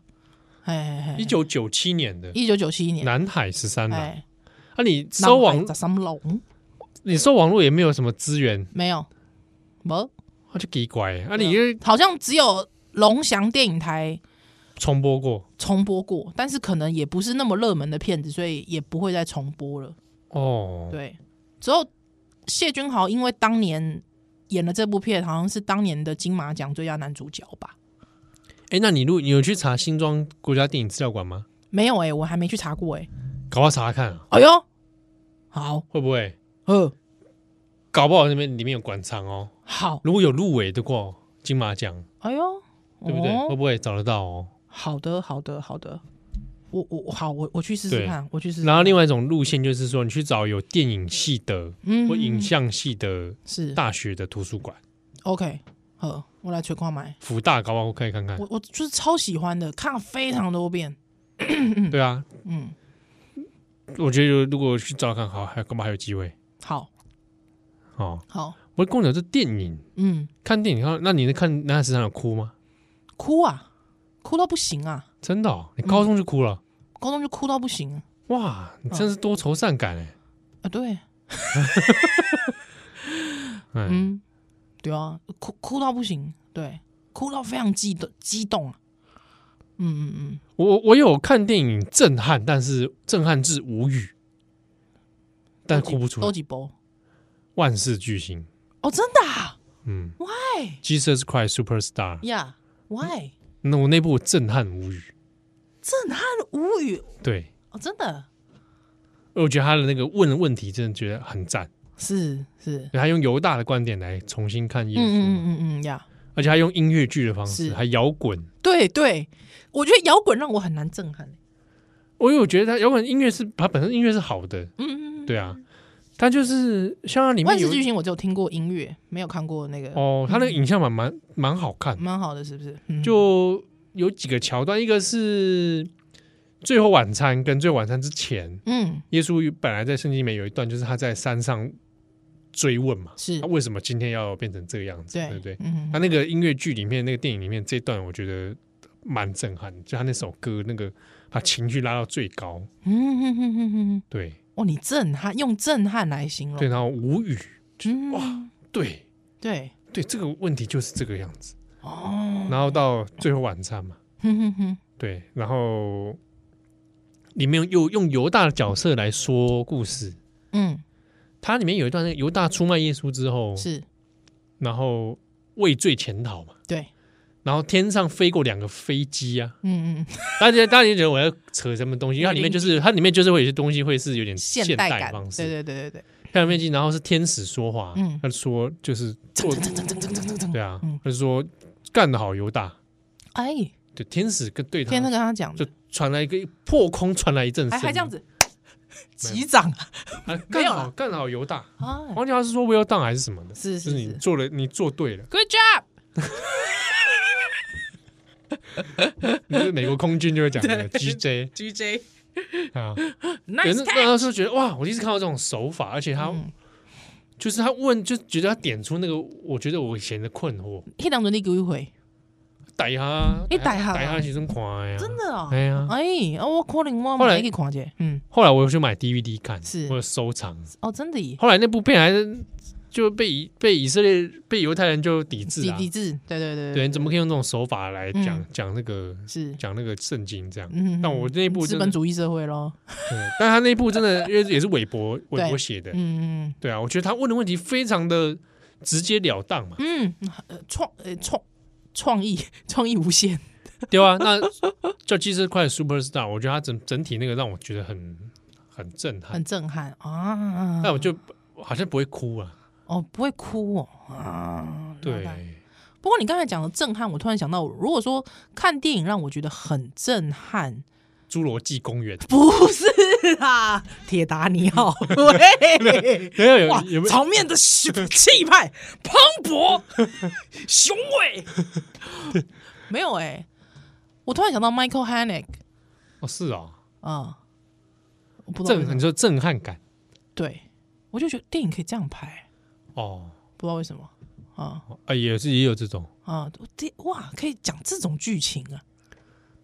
Speaker 3: 哎，
Speaker 2: 一九九七年的
Speaker 3: 一九九七年，
Speaker 2: 南海十三郎，啊，
Speaker 3: 哎，
Speaker 2: 你搜网
Speaker 3: 十三龙
Speaker 2: 你搜网络也没有什么资源
Speaker 3: 没有，无
Speaker 2: 那就奇怪。啊，你又
Speaker 3: 好像只有龙翔电影台
Speaker 2: 重播过
Speaker 3: 重播过，但是可能也不是那么热门的片子，所以也不会再重播了。
Speaker 2: 哦，
Speaker 3: 对，之后谢君豪因为当年演了这部片，好像是当年的金马奖最佳男主角吧？
Speaker 2: 哎，那你如你有去查新庄国家电影资料馆吗？
Speaker 3: 没有哎、我还没去查过哎、
Speaker 2: 搞不好查查看、啊，
Speaker 3: 哎呦，好，
Speaker 2: 会不会？
Speaker 3: 呃，
Speaker 2: 搞不好那边里面有馆藏哦。
Speaker 3: 好，
Speaker 2: 如果有入围的过金马奖，
Speaker 3: 哎呦，
Speaker 2: 对不对？
Speaker 3: 哦
Speaker 2: 会不会找得到哦？
Speaker 3: 好的，好的，好的。我我我好，我我去试
Speaker 2: 对
Speaker 3: 试看，我去试试看。
Speaker 2: 然后另外一种路线就是说，你去找有电影系的
Speaker 3: 嗯
Speaker 2: 或影像系的
Speaker 3: 是
Speaker 2: 大学的图书馆，
Speaker 3: OK，好，我来全矿买。
Speaker 2: 福大搞不好可以看看
Speaker 3: 我。我就是超喜欢的，看了非常多遍。
Speaker 2: 对啊，
Speaker 3: 嗯，
Speaker 2: 我觉得如果去找看好，还干嘛还有机会
Speaker 3: 好
Speaker 2: 哦？
Speaker 3: 好，
Speaker 2: 不过公牛这电影
Speaker 3: 嗯，
Speaker 2: 看电影看，那你能看那时常有哭吗？
Speaker 3: 哭啊，哭到不行啊，
Speaker 2: 真的、哦，你高中就哭了，
Speaker 3: 高中就哭到不行啊，
Speaker 2: 哇，你真是多愁善感哎、
Speaker 3: 啊对，
Speaker 2: 嗯，
Speaker 3: 嗯，对啊，哭哭到不行，对，哭到非常激动激动啊，嗯嗯嗯，
Speaker 2: 我我有看电影震撼，但是震撼至无语，但哭不出来
Speaker 3: 都。几波
Speaker 2: 万事巨星，
Speaker 3: 哦，真的啊
Speaker 2: 嗯
Speaker 3: ？Why
Speaker 2: ，Jesus Christ Superstar，
Speaker 3: 呀、yeah,？Why
Speaker 2: 那我那部震撼无语。
Speaker 3: 震撼无语
Speaker 2: 对，
Speaker 3: 哦，真的
Speaker 2: 我觉得他的那个问的问题真的觉得很赞，
Speaker 3: 是是，
Speaker 2: 他用犹大的观点来重新看耶
Speaker 3: 嗯
Speaker 2: 稣嘛，
Speaker 3: 嗯嗯嗯嗯呀
Speaker 2: 而且他用音乐剧的方式，
Speaker 3: 是
Speaker 2: 还摇滚。
Speaker 3: 对对，我觉得摇滚让我很难震撼。
Speaker 2: 我有觉得他摇滚音乐是他本身音乐是好的，
Speaker 3: 嗯嗯嗯，
Speaker 2: 对啊，他就是像它里面
Speaker 3: 万事
Speaker 2: 有
Speaker 3: 巨星我只有听过音乐，没有看过那个，
Speaker 2: 哦，他那个影像蛮蛮蛮好看的，
Speaker 3: 蛮好的，是不是？嗯、
Speaker 2: 就有几个桥段，一个是最后晚餐跟最后晚餐之前，
Speaker 3: 嗯
Speaker 2: 耶稣本来在圣经里面有一段，就是他在山上追问嘛，
Speaker 3: 是
Speaker 2: 他，为什么今天要变成这个样子，
Speaker 3: 对
Speaker 2: 对不对？
Speaker 3: 嗯
Speaker 2: 他那个音乐剧里面，那个电影里面这段，我觉得蛮震撼的，就他那首歌，那个把情绪拉到最高，
Speaker 3: 嗯嗯嗯嗯嗯，
Speaker 2: 对
Speaker 3: 哦，你震撼用震撼来形容，
Speaker 2: 对，然后无语，
Speaker 3: 嗯，
Speaker 2: 对
Speaker 3: 对，
Speaker 2: 对，这个问题就是这个样子。
Speaker 3: 哦，
Speaker 2: 然后到最后晚餐嘛，
Speaker 3: 哼嗯哼哼，
Speaker 2: 对，然后里面又用犹大的角色来说故事，
Speaker 3: 嗯，
Speaker 2: 它里面有一段那个犹大出卖耶稣之后，
Speaker 3: 是
Speaker 2: 然后畏罪潜逃嘛，
Speaker 3: 对，
Speaker 2: 然后天上飞过两个飞机啊，
Speaker 3: 嗯嗯，
Speaker 2: 大家大家觉得我要扯什么东西？因为它里面就是它里面就是会有些东西会是有点
Speaker 3: 现
Speaker 2: 现
Speaker 3: 代
Speaker 2: 代
Speaker 3: 感
Speaker 2: 方，式，
Speaker 3: 对对对对对，
Speaker 2: 太阳面积，然后是天使说话，
Speaker 3: 嗯
Speaker 2: 他说 就是
Speaker 3: 噔
Speaker 2: 做
Speaker 3: 噔噔噔噔噔噔
Speaker 2: 对
Speaker 3: 噔，
Speaker 2: 啊
Speaker 3: 嗯，
Speaker 2: 他就说干得好犹大，
Speaker 3: 哎，
Speaker 2: 对天使跟对
Speaker 3: 天天
Speaker 2: 他
Speaker 3: 跟他讲
Speaker 2: 就
Speaker 3: 的，
Speaker 2: 传来一个破空传来一阵声
Speaker 3: 还
Speaker 2: 音，
Speaker 3: 哎还这样子，击掌
Speaker 2: 啊，
Speaker 3: 没
Speaker 2: 干
Speaker 3: 有
Speaker 2: 好
Speaker 3: 啦
Speaker 2: 干好犹大，
Speaker 3: 啊，哎
Speaker 2: 忘记他是说 well done 还是什么的，
Speaker 3: 是
Speaker 2: 就是是你
Speaker 3: 是
Speaker 2: 做了你做对了，
Speaker 3: ，Good job，
Speaker 2: 你是美国空军就会讲 的 GJ
Speaker 3: GJ
Speaker 2: 啊，对，那
Speaker 3: nice catch，
Speaker 2: 那时候觉得哇，我第一次看到这种手法，而且他
Speaker 3: 嗯
Speaker 2: 就是他问，就觉得他点出那个，我觉得我以前的困惑，
Speaker 3: 那当阵你给我一回，
Speaker 2: 逮他，
Speaker 3: 你逮他哦
Speaker 2: 逮他其实快呀，
Speaker 3: 真的哦
Speaker 2: 哎。呀。
Speaker 3: 哎，啊，我可能我
Speaker 2: 后来
Speaker 3: 买去看者，嗯，
Speaker 2: 后来我有去买 DVD 看，
Speaker 3: 是
Speaker 2: 我有收藏。
Speaker 3: 哦，真的耶，
Speaker 2: 后来那部片还是就被以被以色列被犹太人就抵制
Speaker 3: 抵
Speaker 2: 啊，
Speaker 3: 抵制，对对对
Speaker 2: 对，你怎么可以用这种手法来讲、
Speaker 3: 嗯
Speaker 2: 讲那个
Speaker 3: 是？
Speaker 2: 讲那个圣经这样？
Speaker 3: 嗯，
Speaker 2: 但我那部
Speaker 3: 资
Speaker 2: 真
Speaker 3: 本
Speaker 2: 的，
Speaker 3: 主义社会咯，
Speaker 2: 对但他那部真 的，因为也是韦伯韦伯写的，
Speaker 3: 嗯，
Speaker 2: 对啊，我觉得他问的问题非常的直截了当嘛
Speaker 3: 嗯嗯，呃创呃创创意创意无限，
Speaker 2: 对吧、啊？那叫《机智快 Super Star》，我觉得他整整体那个让我觉得很很震撼
Speaker 3: 很，震撼啊！
Speaker 2: 那我就好像不会哭啊，
Speaker 3: 哦不会哭哦啊，
Speaker 2: 对
Speaker 3: 那。不过你刚才讲的震撼，我突然想到，如果说看电影让我觉得很震撼，
Speaker 2: 侏罗纪公园，
Speaker 3: 不是啦，铁达尼 号，喂，
Speaker 2: 没 有有
Speaker 3: 哇
Speaker 2: 有没，有
Speaker 3: 场 面的气气派磅礴雄伟，没有哎、我突然想到 Michael Haneke，
Speaker 2: 哦是哦，
Speaker 3: 啊、我不知道为
Speaker 2: 震
Speaker 3: 什么
Speaker 2: 你说震撼感
Speaker 3: 对，我就觉得电影可以这样拍，
Speaker 2: 哦
Speaker 3: 不知道为什么啊
Speaker 2: 啊也是也有这种。
Speaker 3: 啊，我电哇可以讲这种剧情啊，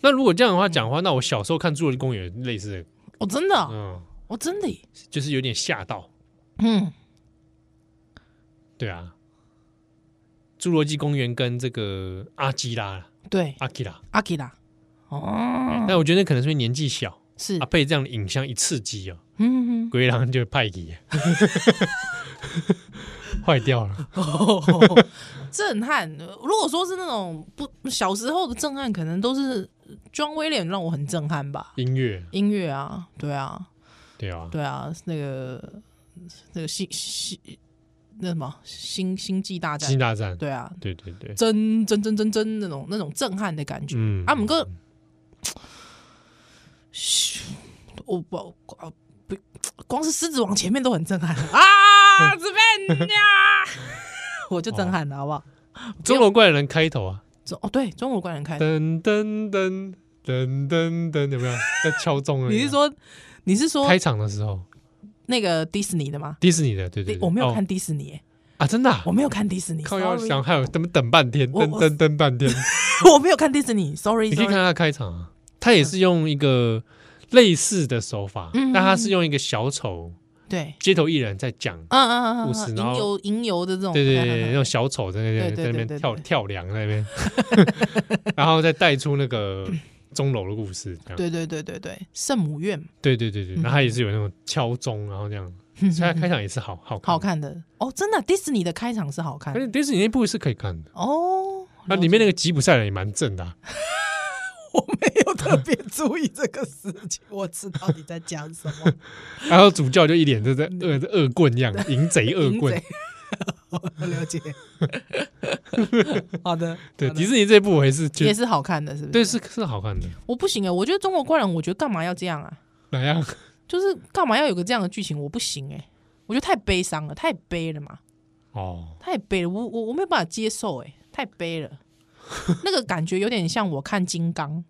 Speaker 2: 那如果这样
Speaker 3: 嗯
Speaker 2: 的话讲的话，那我小时候看侏罗纪公园类似的，
Speaker 3: 我、真的啊，
Speaker 2: 嗯，
Speaker 3: 我、真的耶，
Speaker 2: 就是有点吓到，
Speaker 3: 嗯，
Speaker 2: 对啊，侏罗纪公园》跟这个阿基拉、
Speaker 3: 对，
Speaker 2: 阿基拉。
Speaker 3: 阿基拉，哦，
Speaker 2: 但我觉得那可能是因为年纪小，
Speaker 3: 是
Speaker 2: 啊，，被这样的影像一刺激啊，
Speaker 3: 嗯，嗯
Speaker 2: 鬼狼就派给， 坏掉了。
Speaker 3: 嗯 震撼。如果说是那种不小时候的震撼，可能都是 John Williams 让我很震撼吧。
Speaker 2: 音乐，
Speaker 3: 音乐啊，对啊，
Speaker 2: 对啊，
Speaker 3: 对啊，那个那个星星那什么星星际大
Speaker 2: 《
Speaker 3: 战
Speaker 2: 星，大战》，
Speaker 3: 对啊，
Speaker 2: 对对对，
Speaker 3: 真真真真真那种那种震撼的感觉。
Speaker 2: 嗯，
Speaker 3: 啊，姆哥，我不啊不，光是狮子王前面都很震撼 啊，这边呀， 我就震
Speaker 2: 哦
Speaker 3: 撼了，好不好？
Speaker 2: 中国怪人开头啊，
Speaker 3: 中哦，对，中国怪人开，
Speaker 2: 噔噔噔噔噔噔，有没有 在敲钟了？
Speaker 3: 你是说你是说
Speaker 2: 开场的时候，
Speaker 3: 那个迪士尼的吗？
Speaker 2: 迪士尼的，对对，
Speaker 3: 迪
Speaker 2: 对
Speaker 3: 我没有
Speaker 2: 哦
Speaker 3: 看迪士尼，
Speaker 2: 啊，真的啊，
Speaker 3: 我没有看迪士尼
Speaker 2: 靠腰
Speaker 3: ，sorry，
Speaker 2: 想还有等等半天，
Speaker 3: 我
Speaker 2: 等
Speaker 3: 我
Speaker 2: 等等半天，
Speaker 3: 我没有看迪士
Speaker 2: 你
Speaker 3: 尼
Speaker 2: 可以看
Speaker 3: ，sorry，sorry，
Speaker 2: 他开场啊，他也是用一个类似的手法，
Speaker 3: 嗯
Speaker 2: 但他是用一个小丑
Speaker 3: 对，
Speaker 2: 街头艺人在讲，
Speaker 3: 嗯嗯嗯
Speaker 2: 故
Speaker 3: 嗯
Speaker 2: 事
Speaker 3: 嗯，
Speaker 2: 然后
Speaker 3: 银游银游的这种，
Speaker 2: 对对对，那
Speaker 3: 嗯嗯嗯
Speaker 2: 种小丑在那边
Speaker 3: 对
Speaker 2: 在
Speaker 3: 对
Speaker 2: 那
Speaker 3: 对
Speaker 2: 边
Speaker 3: 对
Speaker 2: 跳
Speaker 3: 对
Speaker 2: 跳梁在那边， 然后再带出那个钟楼的故事，这样
Speaker 3: 对对对对对，圣母院，
Speaker 2: 对对对对，
Speaker 3: 嗯
Speaker 2: 然后他也是有那种敲钟，然后这样，所以他开场也是好好看
Speaker 3: 好，看的哦，真的，迪士尼的开场是好看
Speaker 2: 而且迪士尼那部是可以看的，
Speaker 3: 哦。
Speaker 2: 那里面那个吉普赛人也蛮正的啊，
Speaker 3: 我没有特别注意这个事 情，我知道你在讲什 么。
Speaker 2: 然后主教就一脸就在恶恶棍 一样，淫贼恶
Speaker 3: 嗯淫
Speaker 2: 棍
Speaker 3: 贼。 我了 解。好的，
Speaker 2: 对，
Speaker 3: 好的
Speaker 2: 迪士尼这部我也是觉
Speaker 3: 也
Speaker 2: 得，
Speaker 3: 是好看的，是不是？
Speaker 2: 对，是是好看的。
Speaker 3: 我不行啊，我觉得中国怪人，我觉得干嘛要这样啊？
Speaker 2: 哪样？
Speaker 3: 就是干嘛要有个这样的剧情？我不行哎、我觉得太悲伤了，太悲了嘛，
Speaker 2: 哦，
Speaker 3: 太悲了，我我我没有办法接受哎、太悲了，那个感觉有点像我看金刚，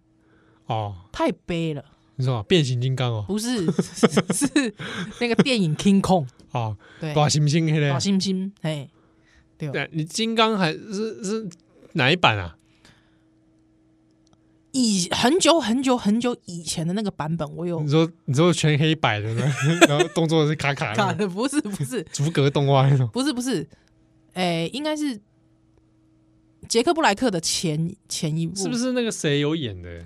Speaker 2: 哦，
Speaker 3: 太悲了，
Speaker 2: 你说啊变形金刚哦，
Speaker 3: 不是 是是那个电影 King Kong，
Speaker 2: 哦，
Speaker 3: 对，
Speaker 2: 大猩猩黑嘞
Speaker 3: 小，星星，哎，
Speaker 2: 对，你金刚还是是哪一版啊？
Speaker 3: 以很久很久很久以前的那个版本，我有
Speaker 2: 你说你说全黑白 的呢，然后动作是卡卡
Speaker 3: 卡
Speaker 2: 的，
Speaker 3: 的， 不是不是
Speaker 2: 逐格动画那种。
Speaker 3: 不是不是，哎、应该是杰克布莱克的前前一部，
Speaker 2: 是不？是那个谁有演的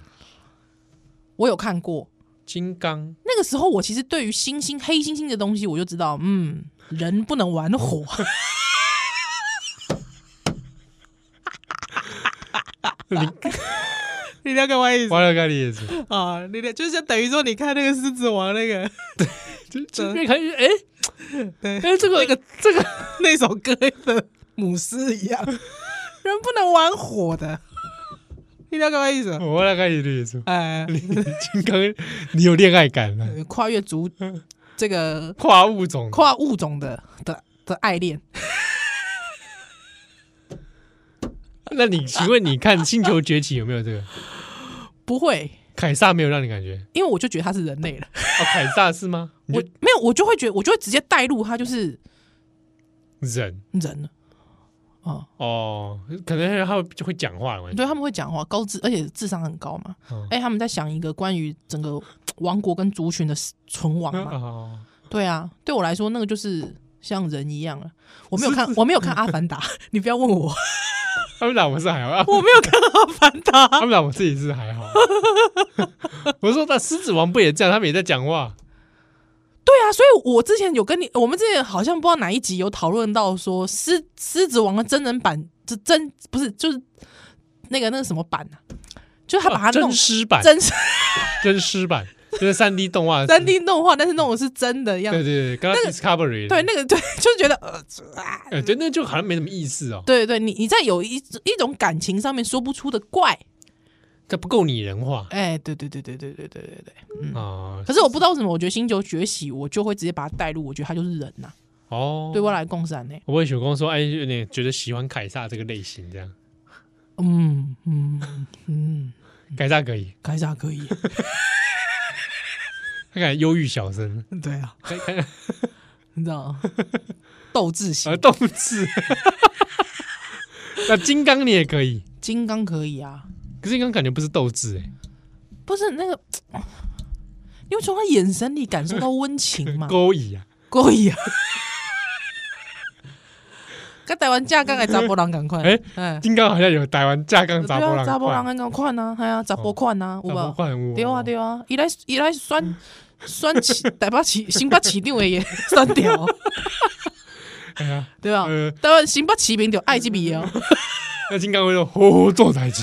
Speaker 3: 我有看过，
Speaker 2: 金刚？
Speaker 3: 那个时候我其实对于星星黑猩猩的东西，我就知道，嗯，人不能玩 火， 你了解我意
Speaker 2: 花了咖喱也是，
Speaker 3: 啊？你了，就是等于说你看那个狮子王那个
Speaker 2: 就就越看越哎
Speaker 3: 对
Speaker 2: 哎，这个这个这个
Speaker 3: 那首歌的母狮一样，人不能玩火的，你了解我意思？
Speaker 2: 花了咖喱也是，
Speaker 3: 哎，
Speaker 2: 嗯金刚你有恋爱感了，
Speaker 3: 呃跨越族这个
Speaker 2: 跨物种，
Speaker 3: 跨物种的的的爱恋，
Speaker 2: 那你请问你看《星球崛起》有没有这个？
Speaker 3: 不会，
Speaker 2: 凯撒没有让你感觉
Speaker 3: 因为我就觉得他是人类了，
Speaker 2: 哦，凯撒是吗？你
Speaker 3: 我
Speaker 2: 就
Speaker 3: 没有，我就会觉得，我就会直接带入他就是
Speaker 2: 人
Speaker 3: 人了。哦，
Speaker 2: 哦，可能他会就会讲话了嘛。哦
Speaker 3: 对，他们会讲话，高智，而且智商很高嘛。
Speaker 2: 嗯
Speaker 3: 哎、他们在想一个关于整个王国跟族群的存亡嘛。
Speaker 2: 哦，
Speaker 3: 对啊，对我来说，那个就是像人一样了。我没有看，我没有看《阿凡达》， 你不要问我，
Speaker 2: 他们俩我是还好，
Speaker 3: 我没有看《阿凡达》。
Speaker 2: 他们俩我自己是 还好。我说那狮子王不也这样？他们也在讲话。
Speaker 3: 对啊，所以我之前有跟你，我们之前好像不知道哪一集有讨论到说《狮狮子王》的真人版，这真不是就是那个那个什么版啊，就是他把它
Speaker 2: 啊哦
Speaker 3: 弄
Speaker 2: 真狮版，
Speaker 3: 真实
Speaker 2: 真狮版就是三 D 动画，
Speaker 3: 三 D 动画，但是弄的是真的样
Speaker 2: 对
Speaker 3: 子。
Speaker 2: 对对，刚刚 Discovery
Speaker 3: 对，，那个对，就觉得呃，这啊
Speaker 2: 哎，对，那就好像没什么意思哦，
Speaker 3: 对对，你你在有一一种感情上面说不出的怪，
Speaker 2: 这不够拟人化
Speaker 3: 哎，对对对对对对对对嗯对。
Speaker 2: 啊。
Speaker 3: 可是我不知道为什么，我觉得星球崛起，我就会直接把它带入，我觉得他就是人呐、啊
Speaker 2: 哦，
Speaker 3: 对我来共善呢、
Speaker 2: 我问雪公说，哎，有点觉得喜欢凯撒这个类型，这样
Speaker 3: 嗯嗯嗯，
Speaker 2: 凯撒可以，
Speaker 3: 凯撒可以，
Speaker 2: 他感觉忧郁小生，
Speaker 3: 对啊，
Speaker 2: 凯 凯
Speaker 3: 你知道吗 斗志型
Speaker 2: 而呃动字。 那金刚你也可以，
Speaker 3: 金刚可以啊，
Speaker 2: 可是金刚感觉不是斗志哎、
Speaker 3: 不是那个，你会从他眼神里感受 到温情嘛？
Speaker 2: 勾引啊，
Speaker 3: 可以啊，跟台湾架杠的查甫人赶快，
Speaker 2: 哎
Speaker 3: 哎，
Speaker 2: 金刚好像有台湾架杠
Speaker 3: 对
Speaker 2: 砸波
Speaker 3: 啊，
Speaker 2: 浪，
Speaker 3: 查甫人赶快啊，系啊，查甫款啊，有
Speaker 2: 砸波
Speaker 3: 无？
Speaker 2: 浪，
Speaker 3: 对啊，对啊，伊来伊来选选市台北市新北市长的也选掉，
Speaker 2: 哎呀，
Speaker 3: 对啊，
Speaker 2: 呃，
Speaker 3: 台湾新北市民就爱这味哦，
Speaker 2: 那金刚会说吼吼做代志，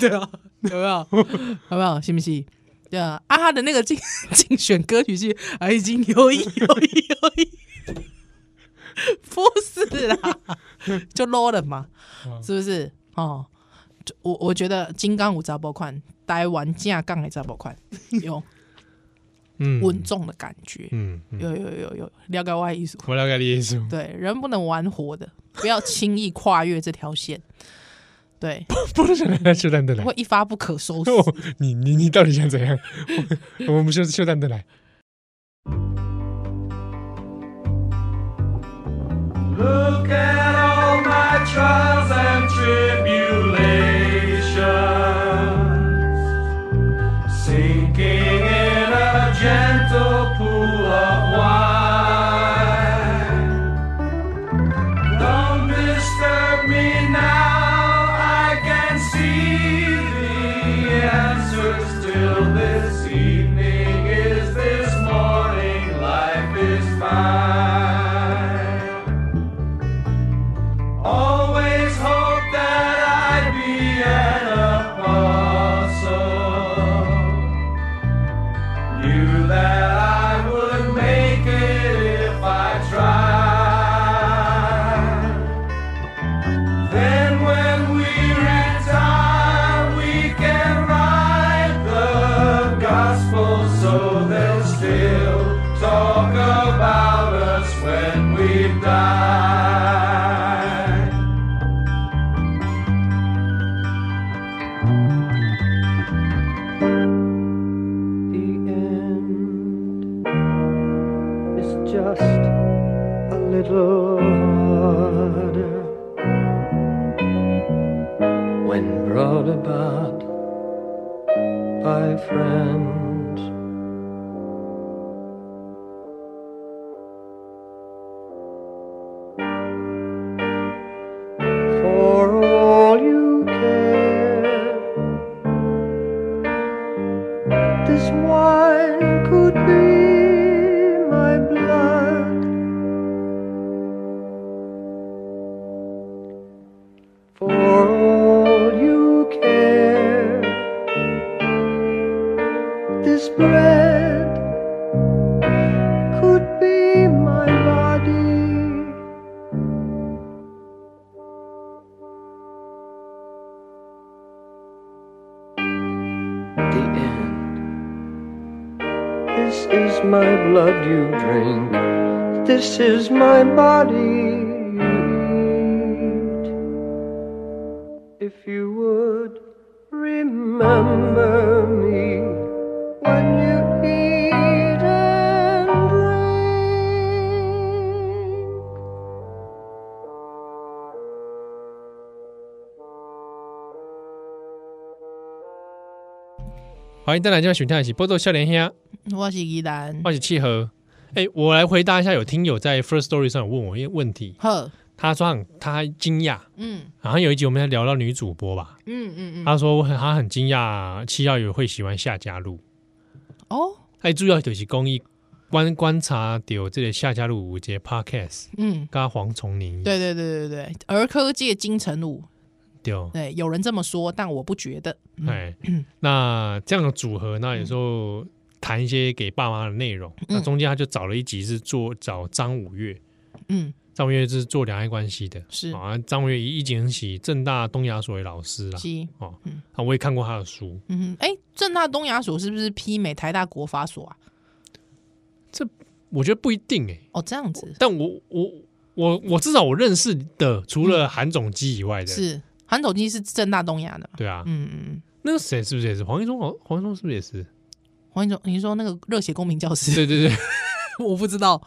Speaker 3: 对啊，有没有？有没有？是不是？对啊，啊他的那个竞 竞选歌曲是啊，已经有意有意有意， 不是啦，就 low 了嘛，是不是？哦，就我我觉得金刚五杂包款，台湾架杠的杂包款，有
Speaker 2: 嗯
Speaker 3: 稳重的感觉，
Speaker 2: 嗯，嗯
Speaker 3: 有有有有，了解我的意思。
Speaker 2: 我了解你的意思，
Speaker 3: 对，人不能玩火的，不要轻易跨越这条线，对，
Speaker 2: 不是来秀蛋的来
Speaker 3: 会，一发不可收拾。
Speaker 2: 哦你你你到底想怎样？ 我我们秀秀蛋的来，
Speaker 1: Look at all my trials and tribulations, sinking in a gentle pool of wine. Don't disturb me now, I can see the answers till this evening is this morning, life is fine. Always hope that I'd be an apostle. Knew that I would make it if I tried. Then when we retire, we can write the gospel so they'll still talk about us when we've died.
Speaker 4: The end is just a little harder when brought about by friends. For all you care this wine could be my blood. For all you care, this bread could be my body. the end. This is my blood you drink. This is my body you eat. If you would remember me when you eat and drink.
Speaker 2: 欢迎大家今晚选听一起波多笑脸兄，
Speaker 3: 我是依兰，
Speaker 2: 欢迎契合。哎，我来回答一下，有听友在 First Story 上有问我一个问题，
Speaker 3: 呵，
Speaker 2: 他说很他惊讶，
Speaker 3: 嗯
Speaker 2: 好像有一集我们在聊到女主播吧，
Speaker 3: 嗯嗯嗯，
Speaker 2: 他说我很他很惊讶七耀友会喜欢夏家路，
Speaker 3: 哦，
Speaker 2: 哎，主要就是公益观观察到这个夏家路有一个 podcast，
Speaker 3: 嗯，
Speaker 2: 跟黄崇宁
Speaker 3: 对对对对对，儿科界金城武，
Speaker 2: 对，
Speaker 3: 对，有人这么说，但我不觉得，
Speaker 2: 哎，那这样的组合，那有时候谈一些给爸妈的内容，那中间他就找了一集是做找张五岳，
Speaker 3: 嗯，
Speaker 2: 张五岳是做两岸关系的，
Speaker 3: 是
Speaker 2: 啊，张五岳一景很喜正大东亚所的老师啦，
Speaker 3: 是，
Speaker 2: 哦
Speaker 3: 嗯，
Speaker 2: 啊，我也看过他的书，
Speaker 3: 嗯哼，哎，正大东亚所是不是媲美台大国法所啊？
Speaker 2: 我觉得不一定哎，
Speaker 3: 哦，这样子
Speaker 2: 但我我我我至少我认识的，除了韩总机以外的，
Speaker 3: 嗯是韩总机是正大东亚的嘛？
Speaker 2: 对啊，
Speaker 3: 嗯嗯，
Speaker 2: 那个谁是不是也是黄一中？黄黄一中是不是也是？
Speaker 3: 嗯黄一总，你说那个热血公民教 师，
Speaker 2: 对对对，
Speaker 3: 我不知道，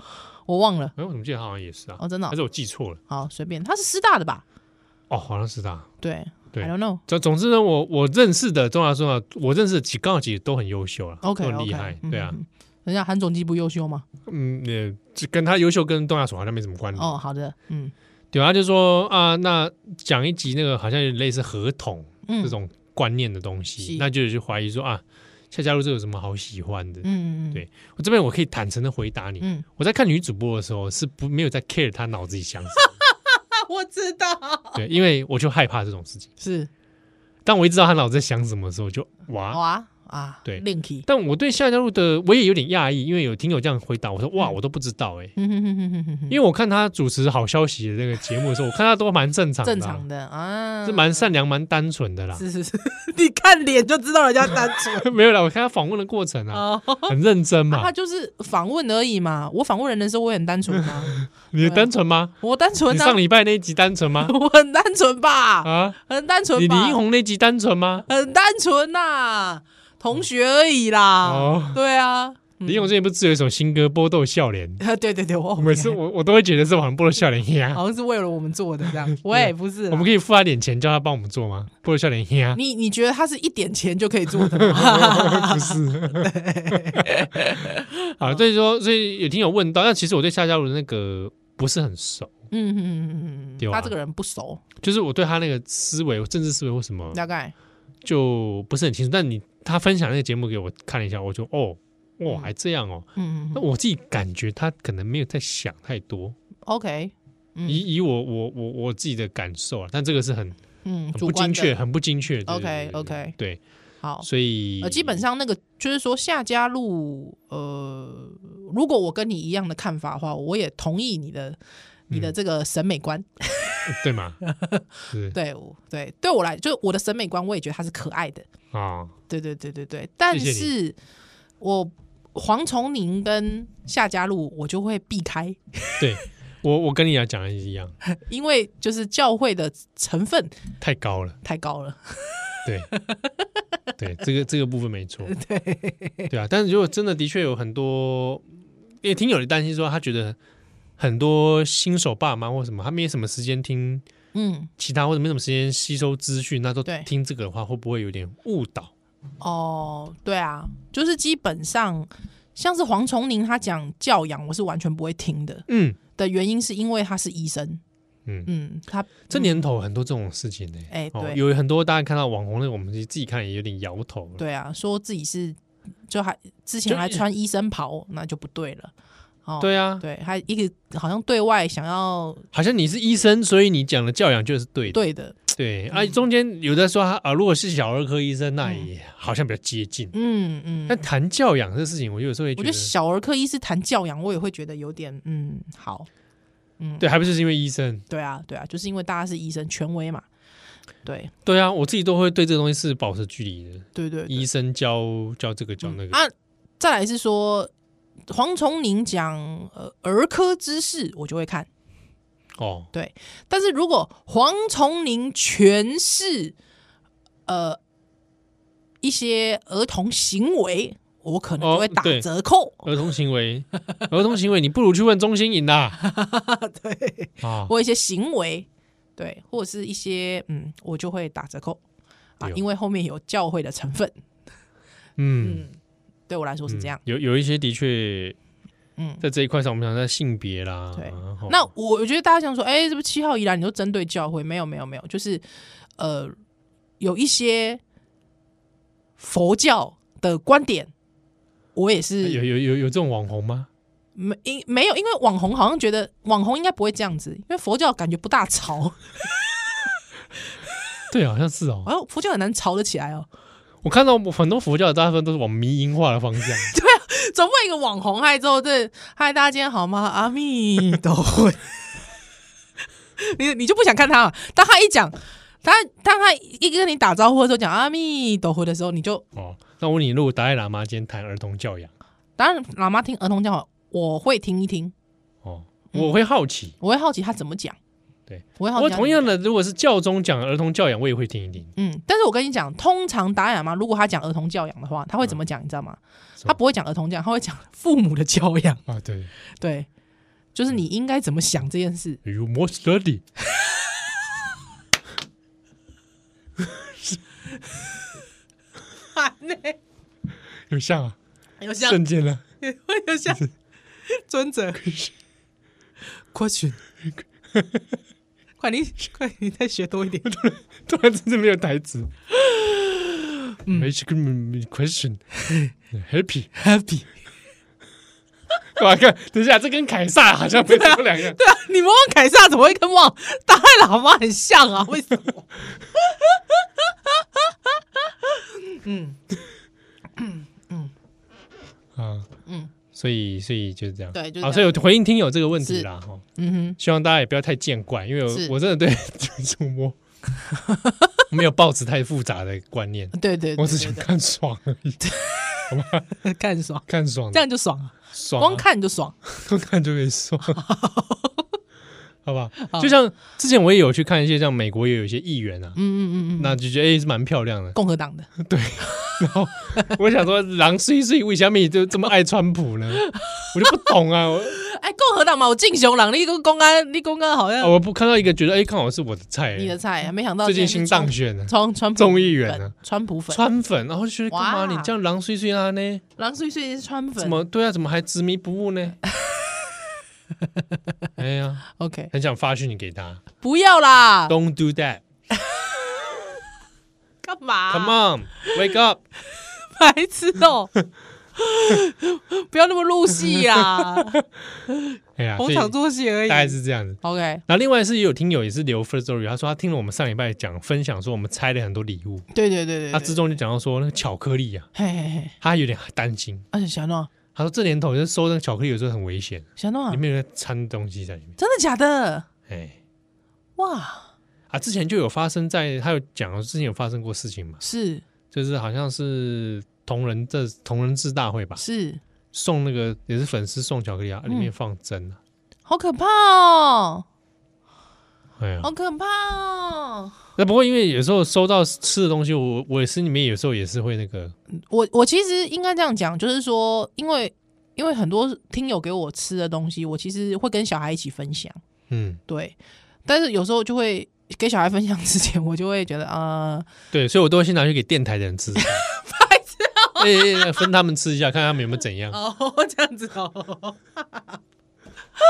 Speaker 3: 我忘了，
Speaker 2: 哎，我怎么记得他好像也是啊？
Speaker 3: 哦真的哦
Speaker 2: 还是我记错了？
Speaker 3: 好，随便，他是师大的吧？
Speaker 2: 哦，好像是他。
Speaker 3: 对
Speaker 2: 对
Speaker 3: ，I don't know，
Speaker 2: 总总之呢，我我认识的中华中华，我认识的几刚好几个都很优秀了
Speaker 3: OK，
Speaker 2: 都很厉害，
Speaker 3: 嗯
Speaker 2: 对啊，嗯
Speaker 3: 人家韩总机不优秀吗？
Speaker 2: 嗯，也、这跟他优秀跟东亚所好像没什么关联。
Speaker 3: 哦哦，好的，嗯，
Speaker 2: 对对啊，他就说啊，那讲一集那个好像有点类似合同
Speaker 3: 嗯
Speaker 2: 这种观念的东西，
Speaker 3: 是
Speaker 2: 那就有去怀疑说啊，夏家路这有什么好喜欢的？
Speaker 3: 嗯嗯嗯
Speaker 2: 对我这边我可以坦诚的回答你，
Speaker 3: 嗯
Speaker 2: 我在看女主播的时候是不没有在 care 她脑子里想什
Speaker 3: 啊， 我知道
Speaker 2: 么，对，因为我就害怕这种事情。
Speaker 3: 是
Speaker 2: 当我一知道她脑子在想什么的时候，我就哇！
Speaker 3: 哇啊，
Speaker 2: 对
Speaker 3: l i n k
Speaker 2: 但我对夏家路的我也有点讶异，因为有听友这样回答我说哇，我都不知道哎、欸
Speaker 3: 嗯哼哼哼哼哼哼
Speaker 2: 因为我看她主持《好消息》的那个节目的时候，我看她都蛮正常的啊、
Speaker 3: 正常的啊，
Speaker 2: 是蛮善良、蛮单纯的啦。
Speaker 3: 是是 是，你看脸就知道人家单 纯
Speaker 2: 没有啦，我看她访问的过程啊，
Speaker 3: 嗯哦。
Speaker 2: 很认真
Speaker 3: 啊
Speaker 2: 嘛
Speaker 3: 他。就是访问而已嘛，我访问人的时候我也很单纯 啊，
Speaker 2: 你的单纯吗？
Speaker 3: 我单
Speaker 2: 你
Speaker 3: 纯啊？
Speaker 2: 上，礼拜那一集单纯吗
Speaker 3: 我很单纯吧，
Speaker 2: 啊，
Speaker 3: 很单纯
Speaker 2: 你
Speaker 3: 吧，
Speaker 2: 李英红那集单纯吗？
Speaker 3: 很单纯呐，同学而已啦，
Speaker 2: 哦
Speaker 3: 对啊，
Speaker 2: 李英红最近不是有一首新歌《波豆笑脸》？
Speaker 3: 啊对对对，我
Speaker 2: 每次我我都会觉得是网波豆笑脸呀。
Speaker 3: 好像是为了我们做的这样， 喂，不是啦，啊
Speaker 2: 我们可以付他点钱，叫他帮我们做吗？波豆笑脸呀，
Speaker 3: 你你觉得他是一点钱就可以 做的 吗？
Speaker 2: 不是。 好，所以说，所以有听友问到，但其实我对夏家如的那个不是很熟，
Speaker 3: 嗯嗯嗯嗯嗯
Speaker 2: 对
Speaker 3: 嗯，
Speaker 2: 啊
Speaker 3: 他这个人不熟，
Speaker 2: 就是我对他那个思维、政治思维或什么
Speaker 3: 大概
Speaker 2: 就不是很清楚。但你他分享那个节目给我看了一下，我就哦，哇，还这样哦。
Speaker 3: 嗯嗯
Speaker 2: 那
Speaker 3: 嗯
Speaker 2: 我自己感觉他可能没有在想太多，
Speaker 3: ，OK，嗯
Speaker 2: 以以我我我我自己的感受啊，但这个是很
Speaker 3: 嗯，
Speaker 2: 很
Speaker 3: 主
Speaker 2: 不
Speaker 3: 观
Speaker 2: 精
Speaker 3: 的
Speaker 2: 确，很不精确。对
Speaker 3: OK，
Speaker 2: 对对
Speaker 3: OK
Speaker 2: 对，
Speaker 3: 好，
Speaker 2: 所以
Speaker 3: 呃，基本上那个就是说夏家路，呃，如果我跟你一样的看法的话，我也同意你的你
Speaker 2: 嗯
Speaker 3: 的这个审美观。
Speaker 2: 对嘛， 是
Speaker 3: 对我对，对我来，就是我的审美观，我也觉得他是可爱的。
Speaker 2: 啊，
Speaker 3: 对对对对对，但
Speaker 2: 谢谢你
Speaker 3: 是我黄崇宁跟夏家路，我就会避开，
Speaker 2: 对我我跟你俩讲的一样，
Speaker 3: 因为就是教会的成分
Speaker 2: 太高了，
Speaker 3: 太高了。
Speaker 2: 对对，这个这个部分没错，对对啊，但是如果真的的确有很多，也挺有人担心说他觉得很多新手爸妈或什么，他没什么时间听
Speaker 3: 嗯，
Speaker 2: 其他或者没什么时间吸收资讯，那都
Speaker 3: 对
Speaker 2: 听这个的话，会不会有点误导？
Speaker 3: 哦，对啊，就是基本上像是黄崇宁他讲教养，我是完全不会听的。
Speaker 2: 嗯
Speaker 3: 的原因是因为他是医生，
Speaker 2: 嗯，
Speaker 3: 嗯，他
Speaker 2: 这年头很多这种事情呢、
Speaker 3: 哎
Speaker 2: 哦
Speaker 3: 对
Speaker 2: 有很多大家看到网红那个，我们自己看也有点摇头了。
Speaker 3: 对啊，说自己是就还之前
Speaker 2: 就
Speaker 3: 还穿医生袍，那就不对了。哦，
Speaker 2: 对啊，
Speaker 3: 对，还一个好像对外想要
Speaker 2: 好像你是医生，所以你讲的教养就是对的。
Speaker 3: 对的，嗯
Speaker 2: 对啊，中间有的说他啊，如果是小儿科医生，那也好像比较接近。
Speaker 3: 嗯嗯。
Speaker 2: 但谈教养这事情，我有时候也
Speaker 3: 我
Speaker 2: 觉
Speaker 3: 觉得
Speaker 2: 得，
Speaker 3: 小儿科医师谈教养，我也会觉得有点嗯，好，嗯，
Speaker 2: 对，还不是因为医生。
Speaker 3: 对啊，对啊，就是因为大家是医生权威嘛，对
Speaker 2: 对啊，我自己都会对这个东西是保持距离的。
Speaker 3: 对对对
Speaker 2: 医生教教这个教那个，
Speaker 3: 啊。再来是说黄崇宁讲呃儿科知识，我就会看。
Speaker 2: 哦，
Speaker 3: 但是如果黄崇宁全是呃一些儿童行为，我可能就会
Speaker 2: 哦
Speaker 3: 打
Speaker 2: 对
Speaker 3: 折扣。
Speaker 2: 儿童行为， 儿童行为，你不如去问中心营啦。
Speaker 3: 对，
Speaker 2: 啊，
Speaker 3: 或一些行为，对，或者是一些嗯，我就会打折扣啊
Speaker 2: 对，哦
Speaker 3: 因为后面有教会的成分。
Speaker 2: 嗯，
Speaker 3: 嗯，对我来说是这样
Speaker 2: 嗯。有有一些的确
Speaker 3: 嗯，
Speaker 2: 在这一块上，我们想在性别啦，
Speaker 3: 对
Speaker 2: 然后
Speaker 3: 那我觉得大家想说，哎、这不七号依然你都针对教会？没有，没有，没有，就是呃，有一些佛教的观点，我
Speaker 2: 哎
Speaker 3: 也
Speaker 2: 有
Speaker 3: 是
Speaker 2: 有有有这种网红吗？
Speaker 3: 没因没有，因为网红好像觉得网红应该不会这样子，因为佛教感觉不大潮，
Speaker 2: 对，好像是哦。
Speaker 3: 好像佛教很难潮得起来哦。
Speaker 2: 我看到很多佛教的大部分都是往迷音化的方 向，
Speaker 3: 总不能一个网红嗨之后，这嗨大家今天好吗？阿弥陀佛，你你就不想看他了。当他一讲，他当他一跟你打招呼的时候讲阿弥陀佛的时候，你就
Speaker 2: 哦，那我问你，如果达赖喇嘛今天谈儿童教养，
Speaker 3: 当然，喇嘛听儿童教法，我会听一听，
Speaker 2: 哦，我会好奇。
Speaker 3: 我会好奇他怎么讲。
Speaker 2: 对，
Speaker 3: 我嗯会好
Speaker 2: 我
Speaker 3: 奇。
Speaker 2: 同，啊样的，如果是教宗讲儿童教养，我也会听一听。
Speaker 3: 嗯，但是我跟你讲，通常达雅妈如果他讲儿童教养的话，他会怎么讲？你知道吗？
Speaker 2: 什么
Speaker 3: 他不会讲儿童教养，他会讲父母的教养。
Speaker 2: 啊， 对
Speaker 3: 对，就是你应该怎么想这件 事。
Speaker 2: ，You must study。
Speaker 3: 烦呢、
Speaker 2: 有像啊，
Speaker 3: 有像
Speaker 2: 瞬间啊了，
Speaker 3: 有像尊者 question，快你快你再学多一点。
Speaker 2: 突然之间没有台词。H
Speaker 3: 嗯
Speaker 2: question happy happy，哇看，等一下，这跟凯撒好像非常两样。
Speaker 3: 对啊，你们问凯撒怎么会跟望达赖喇嘛很像啊？为什么？
Speaker 2: 啊，
Speaker 3: 嗯
Speaker 2: 嗯，所以所以就是这样，
Speaker 3: 对就是
Speaker 2: 啊，
Speaker 3: 这
Speaker 2: 所以
Speaker 3: 样
Speaker 2: 我回应听友这个问题啦，哈，
Speaker 3: 嗯
Speaker 2: 希望大家也不要太见怪，因为我
Speaker 3: 是
Speaker 2: 我真的对 触 摸没有抱持太复杂的观念，
Speaker 3: 哼，对对
Speaker 2: 我
Speaker 3: 对
Speaker 2: 只想
Speaker 3: 对
Speaker 2: 看爽而已，
Speaker 3: 对，看爽，
Speaker 2: 看爽
Speaker 3: 这，样就爽啊，
Speaker 2: 爽啊
Speaker 3: 光看就爽。
Speaker 2: 光 看就可以 爽，好吧？就像之前我也有去看一些像美国也有一些议员啊，
Speaker 3: 嗯嗯嗯嗯，
Speaker 2: 那就觉得哎是蛮漂亮的，
Speaker 3: 共和党的，
Speaker 2: 然后我想说，狼睡睡为什么就这么爱川普 呢？我就不懂啊，我。
Speaker 3: 哎，共和党嘛，我敬雄狼，你个公安，你公安好
Speaker 2: 啊
Speaker 3: 像
Speaker 2: 我不看到一个觉得哎，刚好是我的菜欸，
Speaker 3: 你的菜，啊没想到
Speaker 2: 最近
Speaker 3: 竟
Speaker 2: 新
Speaker 3: 然是川
Speaker 2: 当选了，
Speaker 3: 川川普
Speaker 2: 众议员
Speaker 3: 粉
Speaker 2: 啊，
Speaker 3: 川普粉，
Speaker 2: 川粉，然后就觉得干
Speaker 3: 哇
Speaker 2: 嘛你这样狼碎碎啊呢？
Speaker 3: 狼碎碎是川粉
Speaker 2: 怎么对啊？怎么还执迷不悟 呢？哎呀，
Speaker 3: ？OK，
Speaker 2: 很想发讯息给他
Speaker 3: 不要啦，
Speaker 2: ，Don't do that,
Speaker 3: 干嘛
Speaker 2: come on, wake up。
Speaker 3: 白痴哦、不要那么入 戏啦，
Speaker 2: 哎呀，
Speaker 3: 逢
Speaker 2: 所以
Speaker 3: 场作戏而已
Speaker 2: 大。概是这样子。
Speaker 3: OK，
Speaker 2: 然后另外是也有听友也是留 first story，他说他听了我们上礼拜讲分享说我们拆了很多礼物，
Speaker 3: 对对对对
Speaker 2: 他之中就讲到说那个巧克力啊，
Speaker 3: 嘿嘿嘿，
Speaker 2: 他有点担心，
Speaker 3: 而且小诺，
Speaker 2: 他说这年头就是收那个巧克力有时候很危险，
Speaker 3: 小诺
Speaker 2: 里，面有在掺东西在里面，
Speaker 3: 真的假的？
Speaker 2: 哎。
Speaker 3: 哇，
Speaker 2: 啊，之前就有发生在他有讲，之前有发生过事情嘛，
Speaker 3: 是
Speaker 2: 就是好像是同人这同人志大会吧，
Speaker 3: 是，
Speaker 2: 送那个也是粉丝送巧克力啊，里
Speaker 3: 嗯
Speaker 2: 面放针啊，
Speaker 3: 好可怕哦、
Speaker 2: 哎呀
Speaker 3: 好，可怕哦、
Speaker 2: 那不过因为有时候收到吃的东西，我我心里面有时候也是会那个，
Speaker 3: 我我其实应该这样讲，就是说，因为因为很多听友给我吃的东西，我其实会跟小孩一起分享。
Speaker 2: 嗯，
Speaker 3: 对，但是有时候就会给小孩分享之前，我就会觉得啊、
Speaker 2: 对，所以我都会先拿去给电台的人吃， 哎、哎哎分他们吃一下，看他们有没有怎样，
Speaker 3: 呃，哦， 这样子哦，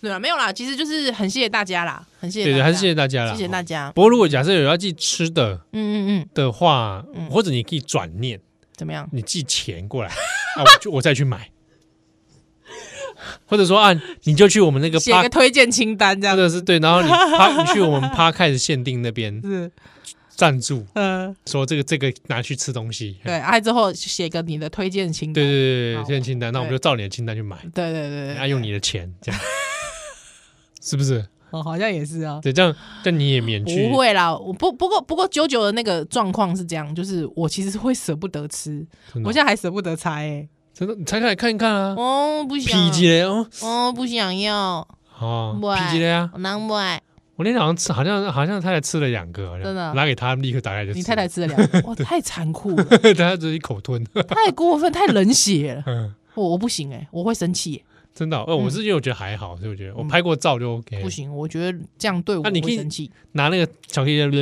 Speaker 3: 对啊，没有啦，其实就是很谢谢大家啦，很谢谢
Speaker 2: 对对，
Speaker 3: 大
Speaker 2: 还是
Speaker 3: 家
Speaker 2: 谢谢大家啦，
Speaker 3: 谢谢大。家，
Speaker 2: 不过如果假设有要寄吃的
Speaker 3: 嗯嗯嗯，
Speaker 2: 的话，或者你可以转念，
Speaker 3: 怎么样？
Speaker 2: 你寄钱过来，啊，我就我再去买，或者说啊，你就去我们那个
Speaker 3: 写
Speaker 2: 趴
Speaker 3: 个，推荐清单这
Speaker 2: 或
Speaker 3: 样
Speaker 2: 者是对，然后你趴，你去我们趴开始限定那边
Speaker 3: 子，
Speaker 2: 赞助，
Speaker 3: 嗯、呃，
Speaker 2: 说这个这个拿去吃东西，
Speaker 3: 对，啊，之后写个你的推荐清
Speaker 2: 对
Speaker 3: 单，
Speaker 2: 对对
Speaker 3: 好
Speaker 2: 对，限清单，那我们就照你的清单去买，
Speaker 3: 对对对对
Speaker 2: 啊，用你的钱这样，是不是？
Speaker 3: 哦，好像也是啊。
Speaker 2: 对，这样这样你也免去
Speaker 3: 不，会啦，我不不过不过九九的那个状况是这样，就是我其实会舍不得吃，
Speaker 2: 真的
Speaker 3: 我现在还舍不得拆欸
Speaker 2: 真的你拆开来看一看啊，
Speaker 3: 哦不想
Speaker 2: 皮鸡嘞哦，
Speaker 3: 哦，不想要，
Speaker 2: 哦
Speaker 3: 不，爱
Speaker 2: 皮鸡嘞啊，
Speaker 3: 我难不爱。
Speaker 2: 我那天好像吃，好像好像太太吃了两个，好像
Speaker 3: 真的
Speaker 2: 拿给他立刻打开就吃，
Speaker 3: 你 太太吃了两个，哇，太残酷了，
Speaker 2: 太太只是一口吞。
Speaker 3: 太过分，太冷血了。
Speaker 2: 嗯，
Speaker 3: 我我不行哎、我会生气
Speaker 2: 真的哦、呃，我是因为我觉得还好，所以我觉得我拍过照就 OK。
Speaker 3: 欸，嗯不，行，我觉得这样对我
Speaker 2: 那你可
Speaker 3: 会
Speaker 2: 以
Speaker 3: 生气。
Speaker 2: 拿那个巧克力，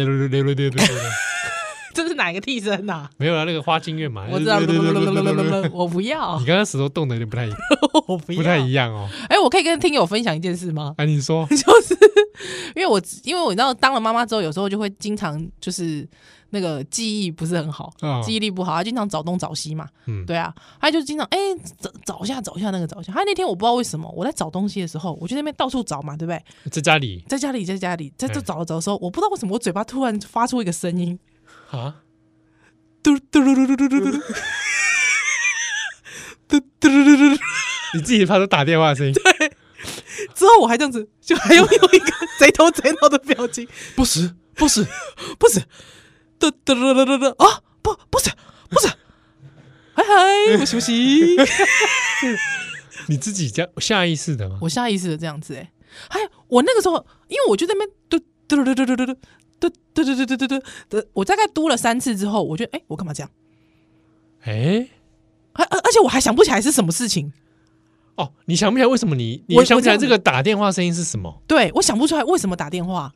Speaker 3: 这是哪一个替身呐、
Speaker 2: 没有啊，那个花金月嘛。
Speaker 3: 我知道，
Speaker 2: 你
Speaker 3: 我不 要，
Speaker 2: 刚刚舌头动的有点不太哦
Speaker 3: 我不要，
Speaker 2: 不太一样哦。
Speaker 3: 哎、我可以跟听友分享一件事吗？
Speaker 2: 哎，你 说，
Speaker 3: 就是因为我因为我知道当了妈妈之后，有时候就会经常就是那个记忆不是很好，
Speaker 2: 啊
Speaker 3: 记忆力不好，他经常找东找西嘛。
Speaker 2: 嗯，
Speaker 3: 对啊，他就经常哎、找找一下找一下那个找一下。他那天我不知道为什么我在找东西的时候，我就在那边到处找嘛，对不对？
Speaker 2: 在家里
Speaker 3: 在家里在家里在这
Speaker 2: 嗯
Speaker 3: 找了找的时候，我不知道为什么我嘴巴突然发出一个声音，
Speaker 2: 啊，
Speaker 3: 嘟嘟噜噜噜噜噜噜，嘟嘟噜噜噜噜。
Speaker 2: 你自己发出打电话的声音，
Speaker 3: 之后我还这样子，就还用用一个贼头贼脑的表情，
Speaker 2: 不是不是，
Speaker 3: 不是，嘟嘟嘟嘟嘟嘟啊，不不是不是，嗨嗨，我休息，
Speaker 2: 你自己家下意识的吗？
Speaker 3: 我下意识的这样子哎、哎，我那个时候因为我就在那边嘟嘟嘟嘟嘟嘟嘟嘟嘟嘟嘟嘟嘟嘟，我大概嘟了三次之后，我觉得哎、我干嘛这样？
Speaker 2: 哎，
Speaker 3: 而而而且我还想不起来是什么事情，
Speaker 2: 哦，你想不起来为什么你你
Speaker 3: 我
Speaker 2: 想不起
Speaker 3: 我
Speaker 2: 来
Speaker 3: 这
Speaker 2: 这
Speaker 3: 样
Speaker 2: 个打电话声音是什么？
Speaker 3: 对我想不出来为什么打电话。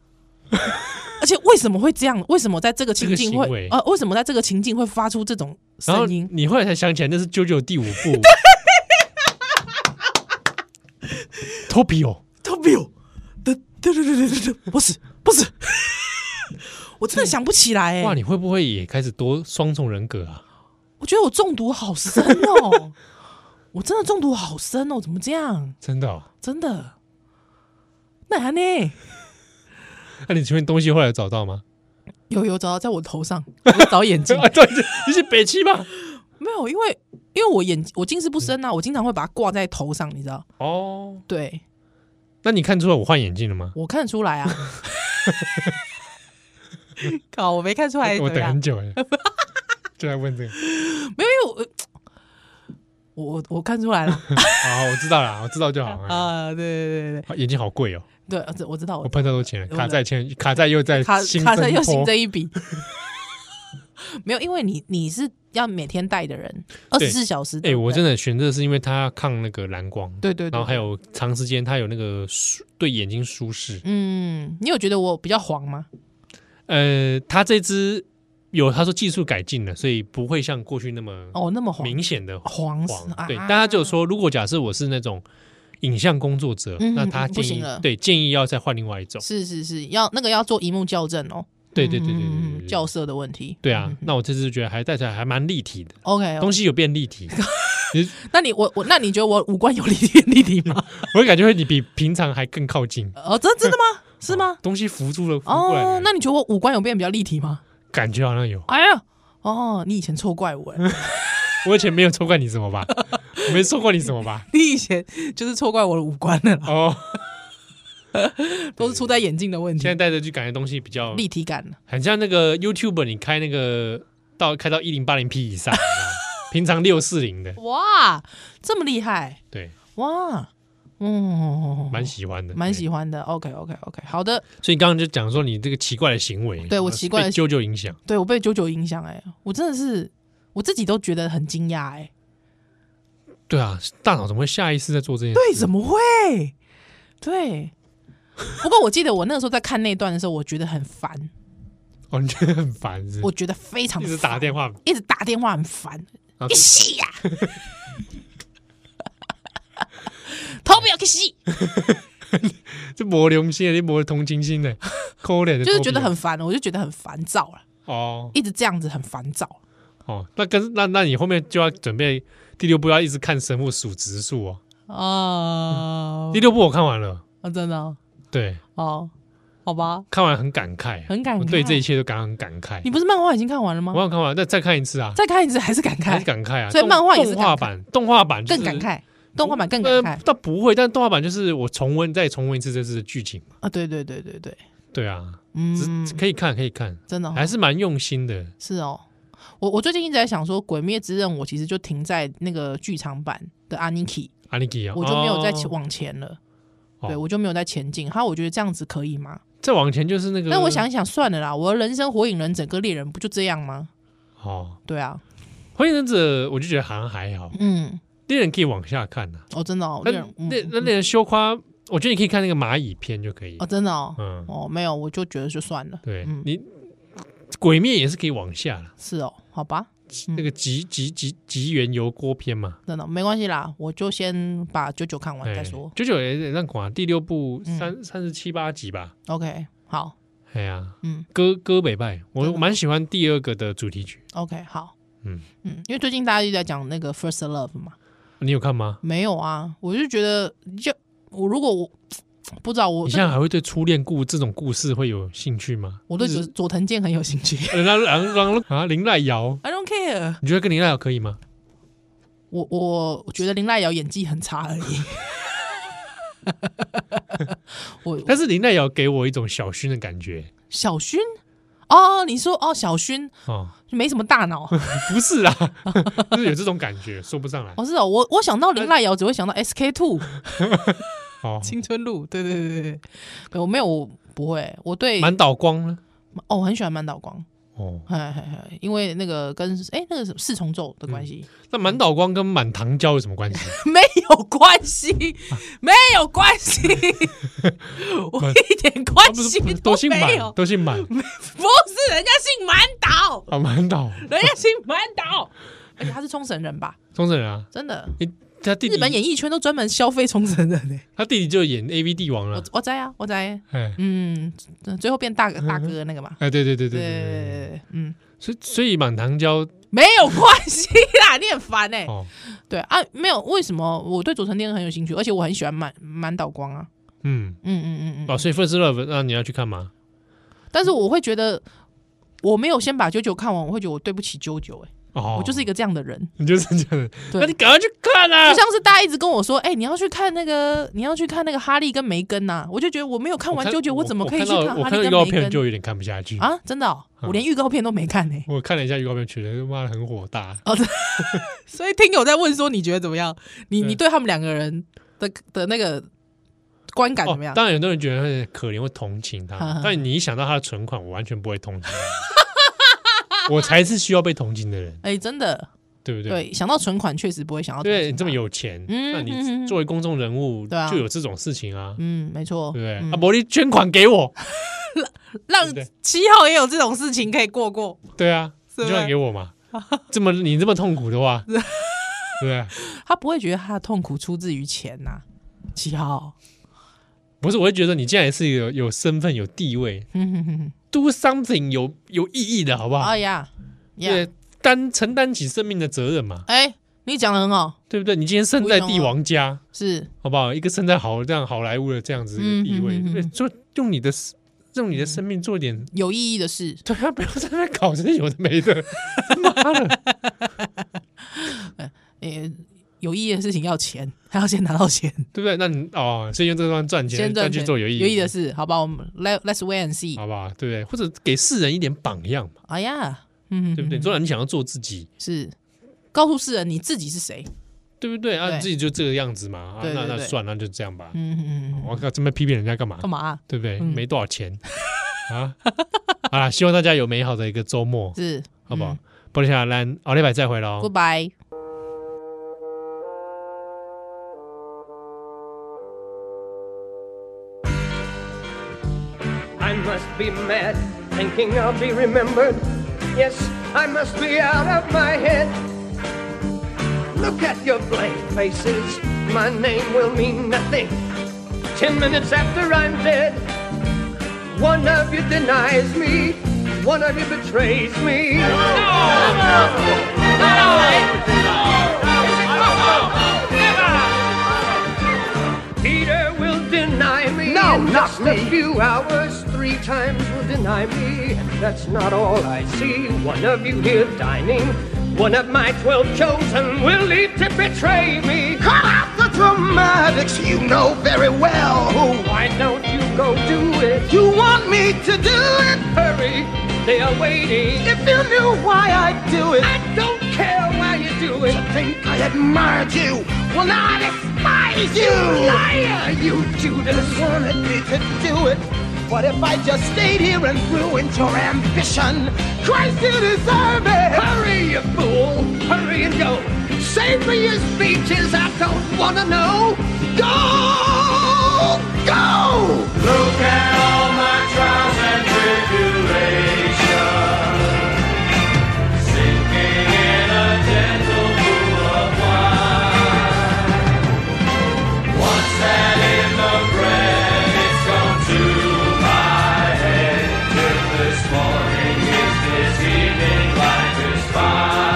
Speaker 3: 而且为什么会这样？为什么在这个情境
Speaker 2: 这个行
Speaker 3: 会
Speaker 2: 为
Speaker 3: 呃，为什么在这个情境会发出这种
Speaker 2: 然后
Speaker 3: 声音？
Speaker 2: 你后来才想起来那是啾啾第五 部。Topio，
Speaker 3: 都没有，嘟对对对对对对，不是不是， 我真的想不起来哎、
Speaker 2: 哇，你会不会也开始多双重人格啊？
Speaker 3: 我觉得我中毒好深哦， 我真的中毒好深哦，怎么这样？
Speaker 2: 真 的、哦？
Speaker 3: 真的？那还呢？
Speaker 2: 那、你前面东西后来有找到吗？
Speaker 3: 有有找到在我头上，我在找 眼 镜
Speaker 2: 啊，对，你是北七吧？
Speaker 3: 没有，因为因为我眼我近视不深啊，我经常会把它挂在头上，你知道？
Speaker 2: 哦，
Speaker 3: 对，
Speaker 2: 那你看出来我换眼镜了吗？
Speaker 3: 我看得出 来啊。靠，我没看出来
Speaker 2: 我
Speaker 3: 怎么
Speaker 2: 等
Speaker 3: 样
Speaker 2: 很，久哎， 就来问这个。
Speaker 3: 没有，因为我我我看出来 了
Speaker 2: 好，我知道了，我知道就好。啊、
Speaker 3: 啊，对对对
Speaker 2: 眼镜好贵哦，
Speaker 3: 对对对，我知道，
Speaker 2: 我
Speaker 3: 我
Speaker 2: 喷太多钱了，
Speaker 3: 我
Speaker 2: 卡债欠，卡债又在
Speaker 3: 卡
Speaker 2: 新
Speaker 3: 卡
Speaker 2: 增
Speaker 3: 在又新
Speaker 2: 坡
Speaker 3: 这一笔。 没有，因为你你是要每天戴的人，二十四小时。
Speaker 2: 哎、我真
Speaker 3: 的
Speaker 2: 的选这是因为它抗那个蓝光，
Speaker 3: 对对
Speaker 2: 然后
Speaker 3: 对，
Speaker 2: 还有长时间它有那个舒对眼睛舒适。
Speaker 3: 嗯，你有觉得我比较黄吗？
Speaker 2: 呃，它这支有他说技术改进了，所以不会像过去那么
Speaker 3: 哦，那么黄，
Speaker 2: 明显的
Speaker 3: 黄是
Speaker 2: 黄。
Speaker 3: 啊
Speaker 2: 对，大家就说，如果假设我是那种影像工作者，
Speaker 3: 嗯
Speaker 2: 那
Speaker 3: 嗯
Speaker 2: 他
Speaker 3: 嗯不
Speaker 2: 建
Speaker 3: 行
Speaker 2: 议
Speaker 3: 了
Speaker 2: 对建议要再换另外一种。
Speaker 3: 是是是，要那个要做荧幕校正哦。
Speaker 2: 对对对对
Speaker 3: 嗯嗯
Speaker 2: 对
Speaker 3: 嗯
Speaker 2: 对
Speaker 3: 嗯
Speaker 2: 对，
Speaker 3: 校色的问题。
Speaker 2: 对啊，那我这次觉得还戴起来还蛮立体的，
Speaker 3: OK，
Speaker 2: 东西有变立体，
Speaker 3: 那你我我那你觉得我五官有立体立体吗？
Speaker 2: 我感觉会你比平常还更靠近，
Speaker 3: 哦，真真的吗？是 吗？
Speaker 2: 东西浮住了，浮过来
Speaker 3: 哦
Speaker 2: 了，，
Speaker 3: 那你觉得我五官有变比较立体吗？
Speaker 2: 感觉好像有。
Speaker 3: 哎呀，哦，你以前错怪我，哎
Speaker 2: 我以前没有错怪你什么吧？我没错过你什么吧？
Speaker 3: 你以前就是错怪我的五官了啦，
Speaker 2: 哦，
Speaker 3: 都是出在眼镜的问
Speaker 2: 现在
Speaker 3: 题，
Speaker 2: 戴着就感觉东西比较
Speaker 3: 立体感了。
Speaker 2: 很像那个 YouTube，你开那个到开到一零八零 P 以上，你知道吗平常六四零的，
Speaker 3: 哇，这么厉害
Speaker 2: 对，
Speaker 3: 哇，嗯，
Speaker 2: 蛮喜欢的，
Speaker 3: 蛮喜
Speaker 2: 欢。
Speaker 3: 欢的。OK OK OK，好的，
Speaker 2: 所以刚刚就讲说你这个奇怪的行为，呃
Speaker 3: 对我奇怪的
Speaker 2: 被啾啾影响，
Speaker 3: 对我被九九影响，哎，我真的是我自己都觉得很惊讶，哎，
Speaker 2: 对啊，大脑怎么会下意识在做这件事？
Speaker 3: 对，怎么会？对。不过我记得我那个时候在看那段的时候，我觉得很烦，
Speaker 2: 哦，你觉得很烦是不
Speaker 3: 我
Speaker 2: 是？
Speaker 3: 觉得非常
Speaker 2: 一直
Speaker 3: 烦
Speaker 2: 打电话，
Speaker 3: 一直打电话很烦，
Speaker 2: 然后
Speaker 3: 去洗呀、头不要去洗，
Speaker 2: 这磨良心的，你磨同情 心的，可怜的，
Speaker 3: 就是觉得很烦，我就觉得很烦躁了，
Speaker 2: 哦
Speaker 3: 一直这样子很烦躁。
Speaker 2: 哦，那跟那那你后面就要准备第六部要一直看神父数植树哦。
Speaker 3: 啊
Speaker 2: 第六部我看完了，
Speaker 3: 啊，真的
Speaker 2: 对，
Speaker 3: 哦，好吧，
Speaker 2: 看完很感慨啊，
Speaker 3: 很感慨
Speaker 2: 我对这一切都感到很感慨
Speaker 3: 你。不是漫画已经看完了吗
Speaker 2: 我？想看完，那再看一次啊，
Speaker 3: 再看一次还是感
Speaker 2: 还是
Speaker 3: 慨，
Speaker 2: 感慨啊。
Speaker 3: 所以漫画也是
Speaker 2: 动动画版，动画版就是
Speaker 3: 更感，慨，动画版更感
Speaker 2: 呃
Speaker 3: 慨
Speaker 2: 倒不会，但动画版就是我重温再重温一次这次的剧情嘛。
Speaker 3: 啊！对对对对对，
Speaker 2: 对啊，
Speaker 3: 嗯
Speaker 2: 只，可以看，可以看，
Speaker 3: 真的哦
Speaker 2: 还是蛮用心的。
Speaker 3: 是哦。我我最近一直在想说，《鬼灭之刃》我其实就停在那个剧场版的 Aniki，
Speaker 2: 阿尼基啊，
Speaker 3: 我就没有再
Speaker 2: 哦
Speaker 3: 往前了。
Speaker 2: 哦
Speaker 3: 对我就没有再前进。哈，我觉得这样子可以吗？
Speaker 2: 再往前就是那个。
Speaker 3: 但我想一想，算了啦，我的人生火影忍整个猎人不就这样吗？
Speaker 2: 哦，
Speaker 3: 对啊，
Speaker 2: 火影忍者我就觉得好像还好，
Speaker 3: 嗯，猎
Speaker 2: 猎人可以往下看呐。
Speaker 3: 哦，真的哦，
Speaker 2: 那
Speaker 3: 猎人，嗯
Speaker 2: 那那猎人羞夸，我觉得你可以看那个蚂蚁篇就可以
Speaker 3: 哦，。真的哦，
Speaker 2: 嗯，
Speaker 3: 哦，没有，我就觉得就算了，
Speaker 2: 对
Speaker 3: 嗯
Speaker 2: 你。鬼灭也是可以往下啦
Speaker 3: 是哦，好吧，嗯
Speaker 2: 那个吉吉吉吉原油锅篇嘛，
Speaker 3: 真的没关系啦，我就先把九九看完
Speaker 2: 哎
Speaker 3: 再说。
Speaker 2: 九九也也让管第六部
Speaker 3: 嗯
Speaker 2: 三三十七八集吧，
Speaker 3: OK，好，
Speaker 2: 哎呀，
Speaker 3: 嗯
Speaker 2: 歌歌北拜，我
Speaker 3: 真的
Speaker 2: 我蛮喜欢第二个的主题曲，
Speaker 3: ，OK，好，
Speaker 2: 嗯
Speaker 3: 嗯，因为最近大家一直在讲那个 First Love 嘛，
Speaker 2: 你有看吗？
Speaker 3: 没有啊，我就觉得就我如果我不知道我
Speaker 2: 你现在还会对初恋故这种故事会有兴趣吗？
Speaker 3: 我对佐佐藤健很有兴趣
Speaker 2: 然后然后然后啊林濑瑶，
Speaker 3: ，I don't care。
Speaker 2: 你觉得跟林濑瑶可以吗？
Speaker 3: 我我我觉得林濑瑶演技很差而已。 我
Speaker 2: 但是林濑瑶给我一种小薰的感觉
Speaker 3: 小薰哦，你说哦，小薰
Speaker 2: 哦，
Speaker 3: 没什么大脑。
Speaker 2: 不是啦， 就是有这种感觉，说不上来
Speaker 3: 哦，是哦，我我想到林濑瑶只会想到 SK Two
Speaker 2: 哦，
Speaker 3: 青春路，对对对对对，我没有，我不会，我对
Speaker 2: 满岛光呢，
Speaker 3: 哦，我很喜欢满岛光，
Speaker 2: 哦，
Speaker 3: 嘿嘿嘿，因为那个跟哎那个什么四重奏的关系、
Speaker 2: 那满岛光跟满堂娇有什么 关系？
Speaker 3: 没有关 系，没有关系，我一点
Speaker 2: 他
Speaker 3: 关
Speaker 2: 不
Speaker 3: 系
Speaker 2: 是
Speaker 3: 都
Speaker 2: 都姓
Speaker 3: 没
Speaker 2: 满，
Speaker 3: 有，
Speaker 2: 都姓 满
Speaker 3: 不是人家姓满岛。
Speaker 2: 啊，满岛
Speaker 3: 人家姓满岛，而且他是冲绳人吧？
Speaker 2: 冲绳人啊，
Speaker 3: 真的，
Speaker 2: 你他弟弟嗯
Speaker 3: 日本演艺圈都专门消费冲绳人呢。
Speaker 2: 他弟弟就演 A V 帝王了
Speaker 3: 我，我在啊，我在，
Speaker 2: 哎
Speaker 3: 嗯，最后变大哥大哥那个嘛。
Speaker 2: 哎，对对对
Speaker 3: 对
Speaker 2: 对对对，对
Speaker 3: 嗯，
Speaker 2: 所以所以满堂娇
Speaker 3: 没有关系啦，你很烦哎、
Speaker 2: 哦，
Speaker 3: 对啊，没有为什么我对佐藤健很有兴趣，而且我很喜欢满满岛光啊，
Speaker 2: 嗯，
Speaker 3: 嗯嗯嗯嗯，
Speaker 2: 哦，所以 First Love 那你要去看吗？
Speaker 3: 但是我会觉得我没有先把九九看完，我会觉得我对不起九九哎，
Speaker 2: 哦，
Speaker 3: 我就是一个这样的人，
Speaker 2: 你就是这样的，
Speaker 3: 对
Speaker 2: 那你赶快去看啊
Speaker 3: 就！像是大家一直跟我说，哎、你要去看那个，你要去看那个哈利跟梅根呐、我就觉得我没有看完九九，我怎么可以去
Speaker 2: 我
Speaker 3: 看
Speaker 2: 看到我
Speaker 3: 哈
Speaker 2: 看到
Speaker 3: 利
Speaker 2: 预告
Speaker 3: 跟
Speaker 2: 片
Speaker 3: 梅
Speaker 2: 就嗯
Speaker 3: 根
Speaker 2: 有点看不下去。
Speaker 3: 啊？真的、哦，我连预告片都没看呢、欸
Speaker 2: 我看了一下预告片，觉得妈的很火大。
Speaker 3: 所以听友在问说，你觉得怎么样？你
Speaker 2: 对
Speaker 3: 你对他们两个人的的那个观感怎么样？
Speaker 2: 哦？当然，很多人觉得很可怜，会同情他
Speaker 3: 哈哈。
Speaker 2: 但你一想到他的存款，我完全不会同情他。 我才是需要被同情的人，
Speaker 3: 哎、真的，
Speaker 2: 对不对？
Speaker 3: 对，想到存款确实不会想到，啊
Speaker 2: 对你这么，有钱，
Speaker 3: 嗯
Speaker 2: 那
Speaker 3: 嗯嗯
Speaker 2: 你
Speaker 3: 嗯
Speaker 2: 作为公众人物
Speaker 3: 对啊
Speaker 2: 就有这种事情啊，
Speaker 3: 嗯，没错，
Speaker 2: 对不对？
Speaker 3: 嗯
Speaker 2: 啊，伯利捐款给我，
Speaker 3: 让
Speaker 2: 对不对
Speaker 3: 七号也有这种事情可以过过。
Speaker 2: 对啊，
Speaker 3: 是
Speaker 2: 你
Speaker 3: 吧
Speaker 2: 捐款给我嘛，这么你这么痛苦的 话，对不对，啊
Speaker 3: 他不会觉得他的痛苦出自于钱呐、七 号，
Speaker 2: 不是，我会觉得你既然也是有有身份、有地位
Speaker 3: 哼哼哼哼
Speaker 2: ，do something 有有意义的好不好？
Speaker 3: 哎呀，呀
Speaker 2: 啊对，担承担起生命的责任嘛，
Speaker 3: 哎、你讲的很好，
Speaker 2: 对不对？你今天生在帝王
Speaker 3: 哦
Speaker 2: 家，
Speaker 3: 是
Speaker 2: 好不好？一个生在好这样好莱坞的这样子一个地位，
Speaker 3: 嗯嗯嗯嗯嗯
Speaker 2: 对不对就用你的用你的生命做点
Speaker 3: 有意义的事。
Speaker 2: 对啊，不要在那边搞这些有的没 的，妈的！
Speaker 3: 诶、有意义的事情要钱， 还要先拿 到钱，
Speaker 2: 对不对？那你哦，先用这个地方赚钱，
Speaker 3: 先
Speaker 2: 再
Speaker 3: 赚
Speaker 2: 去
Speaker 3: 钱
Speaker 2: 做有意义
Speaker 3: 有意义的，事，好吧？我们 let let's wait and see。
Speaker 2: 好不好？对不对？或者给世人一点榜样嘛，
Speaker 3: 哎呀，嗯，
Speaker 2: 对不对？？说你想要做自己，
Speaker 3: 是告诉世人你自己是谁。
Speaker 2: 对不对？啊，
Speaker 3: 对
Speaker 2: 你自己就这个样子嘛，啊，
Speaker 3: 对
Speaker 2: 那
Speaker 3: 对
Speaker 2: 那
Speaker 3: 对
Speaker 2: 算了，那就这样吧。
Speaker 3: 嗯嗯嗯，
Speaker 2: 我靠，这么批评人家干嘛
Speaker 3: 干？嘛、啊？
Speaker 2: 对不对？
Speaker 3: 嗯
Speaker 2: 没多少钱啊 啊！希望大家有美好的一个周末，
Speaker 3: 是
Speaker 2: 好不好？玻璃下兰，奥利百再回喽。
Speaker 3: 嗯？Goodbye。
Speaker 4: I must be mad, thinking I'll be remembered. Yes, I must be out of my head. Look at your blank faces. My name will mean nothing. Ten minutes after I'm dead, one of you denies me, one of you betrays me. Peter will deny me. No, in just a few hours, three times will deny me. That's not all I see. One of you here dining, one of my twelve chosen will leave to betray me. Cut out the dramatics. You know very well who. Why don't you go do it? You want me to do it? Hurry, they are waiting. If you knew why I do it, I don't care why you do it. To think I admired you. Well, now I despise you. liar, you Judas. wanted me to do it. What if I just stayed here and ruined your ambition? Christ, you deserve it. Hurry, you fool. Hurry and go. Save me your speeches. I don't want to know. Go! Go!
Speaker 5: Look at all my trials and tribulations, sinking in a gentle pool of wine. Once that in the bread, it's gone to my head. If this morning is this evening, life is fine.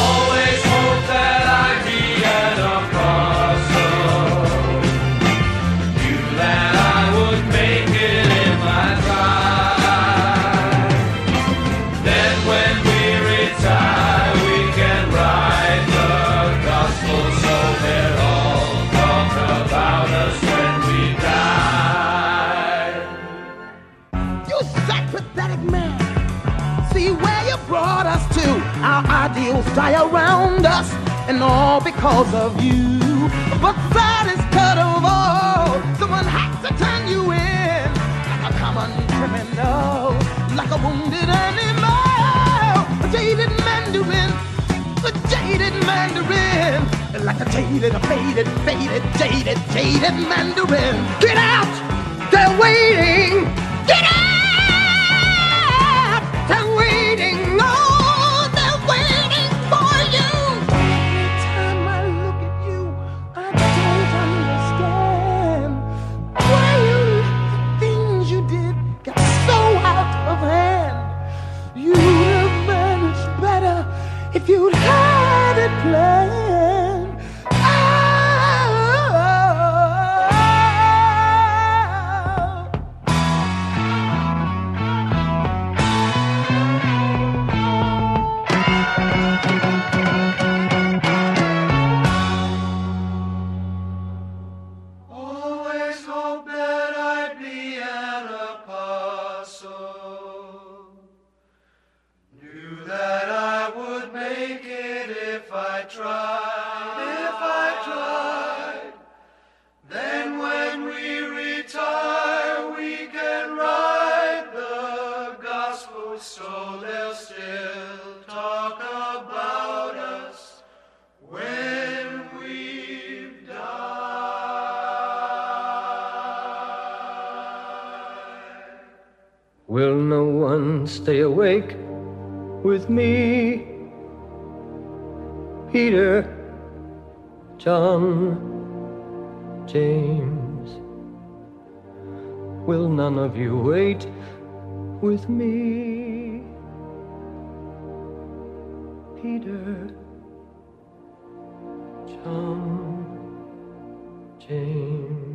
Speaker 5: Always hope that I'd be an apostle knew that I would make it in my prime. Then when we retire, we can write the gospel so they'll all talk about us when we die.
Speaker 4: You sick, pathetic man. See where you brought us to. Our ideals die around us, and all because of you. But that is terrible. Someone has to turn you in like a common criminal, like a wounded animal. A jaded mandarin, a jaded mandarin, like a jaded, a faded, faded, jaded, jaded mandarin. Get out! They're waiting. Get Oh, out! They're waiting. No, they're waiting for you.
Speaker 6: You had it planned.
Speaker 4: Ah.
Speaker 6: out.
Speaker 5: Always hoped that I'd be an apostle. Knew that I would make it if I tried. If I tried. Then when we retire, we can write the gospel so they'll still talk about us when we've died.
Speaker 4: Will no one stay awake with me? Peter, John, James. Will none of you wait with me? Peter, John, James.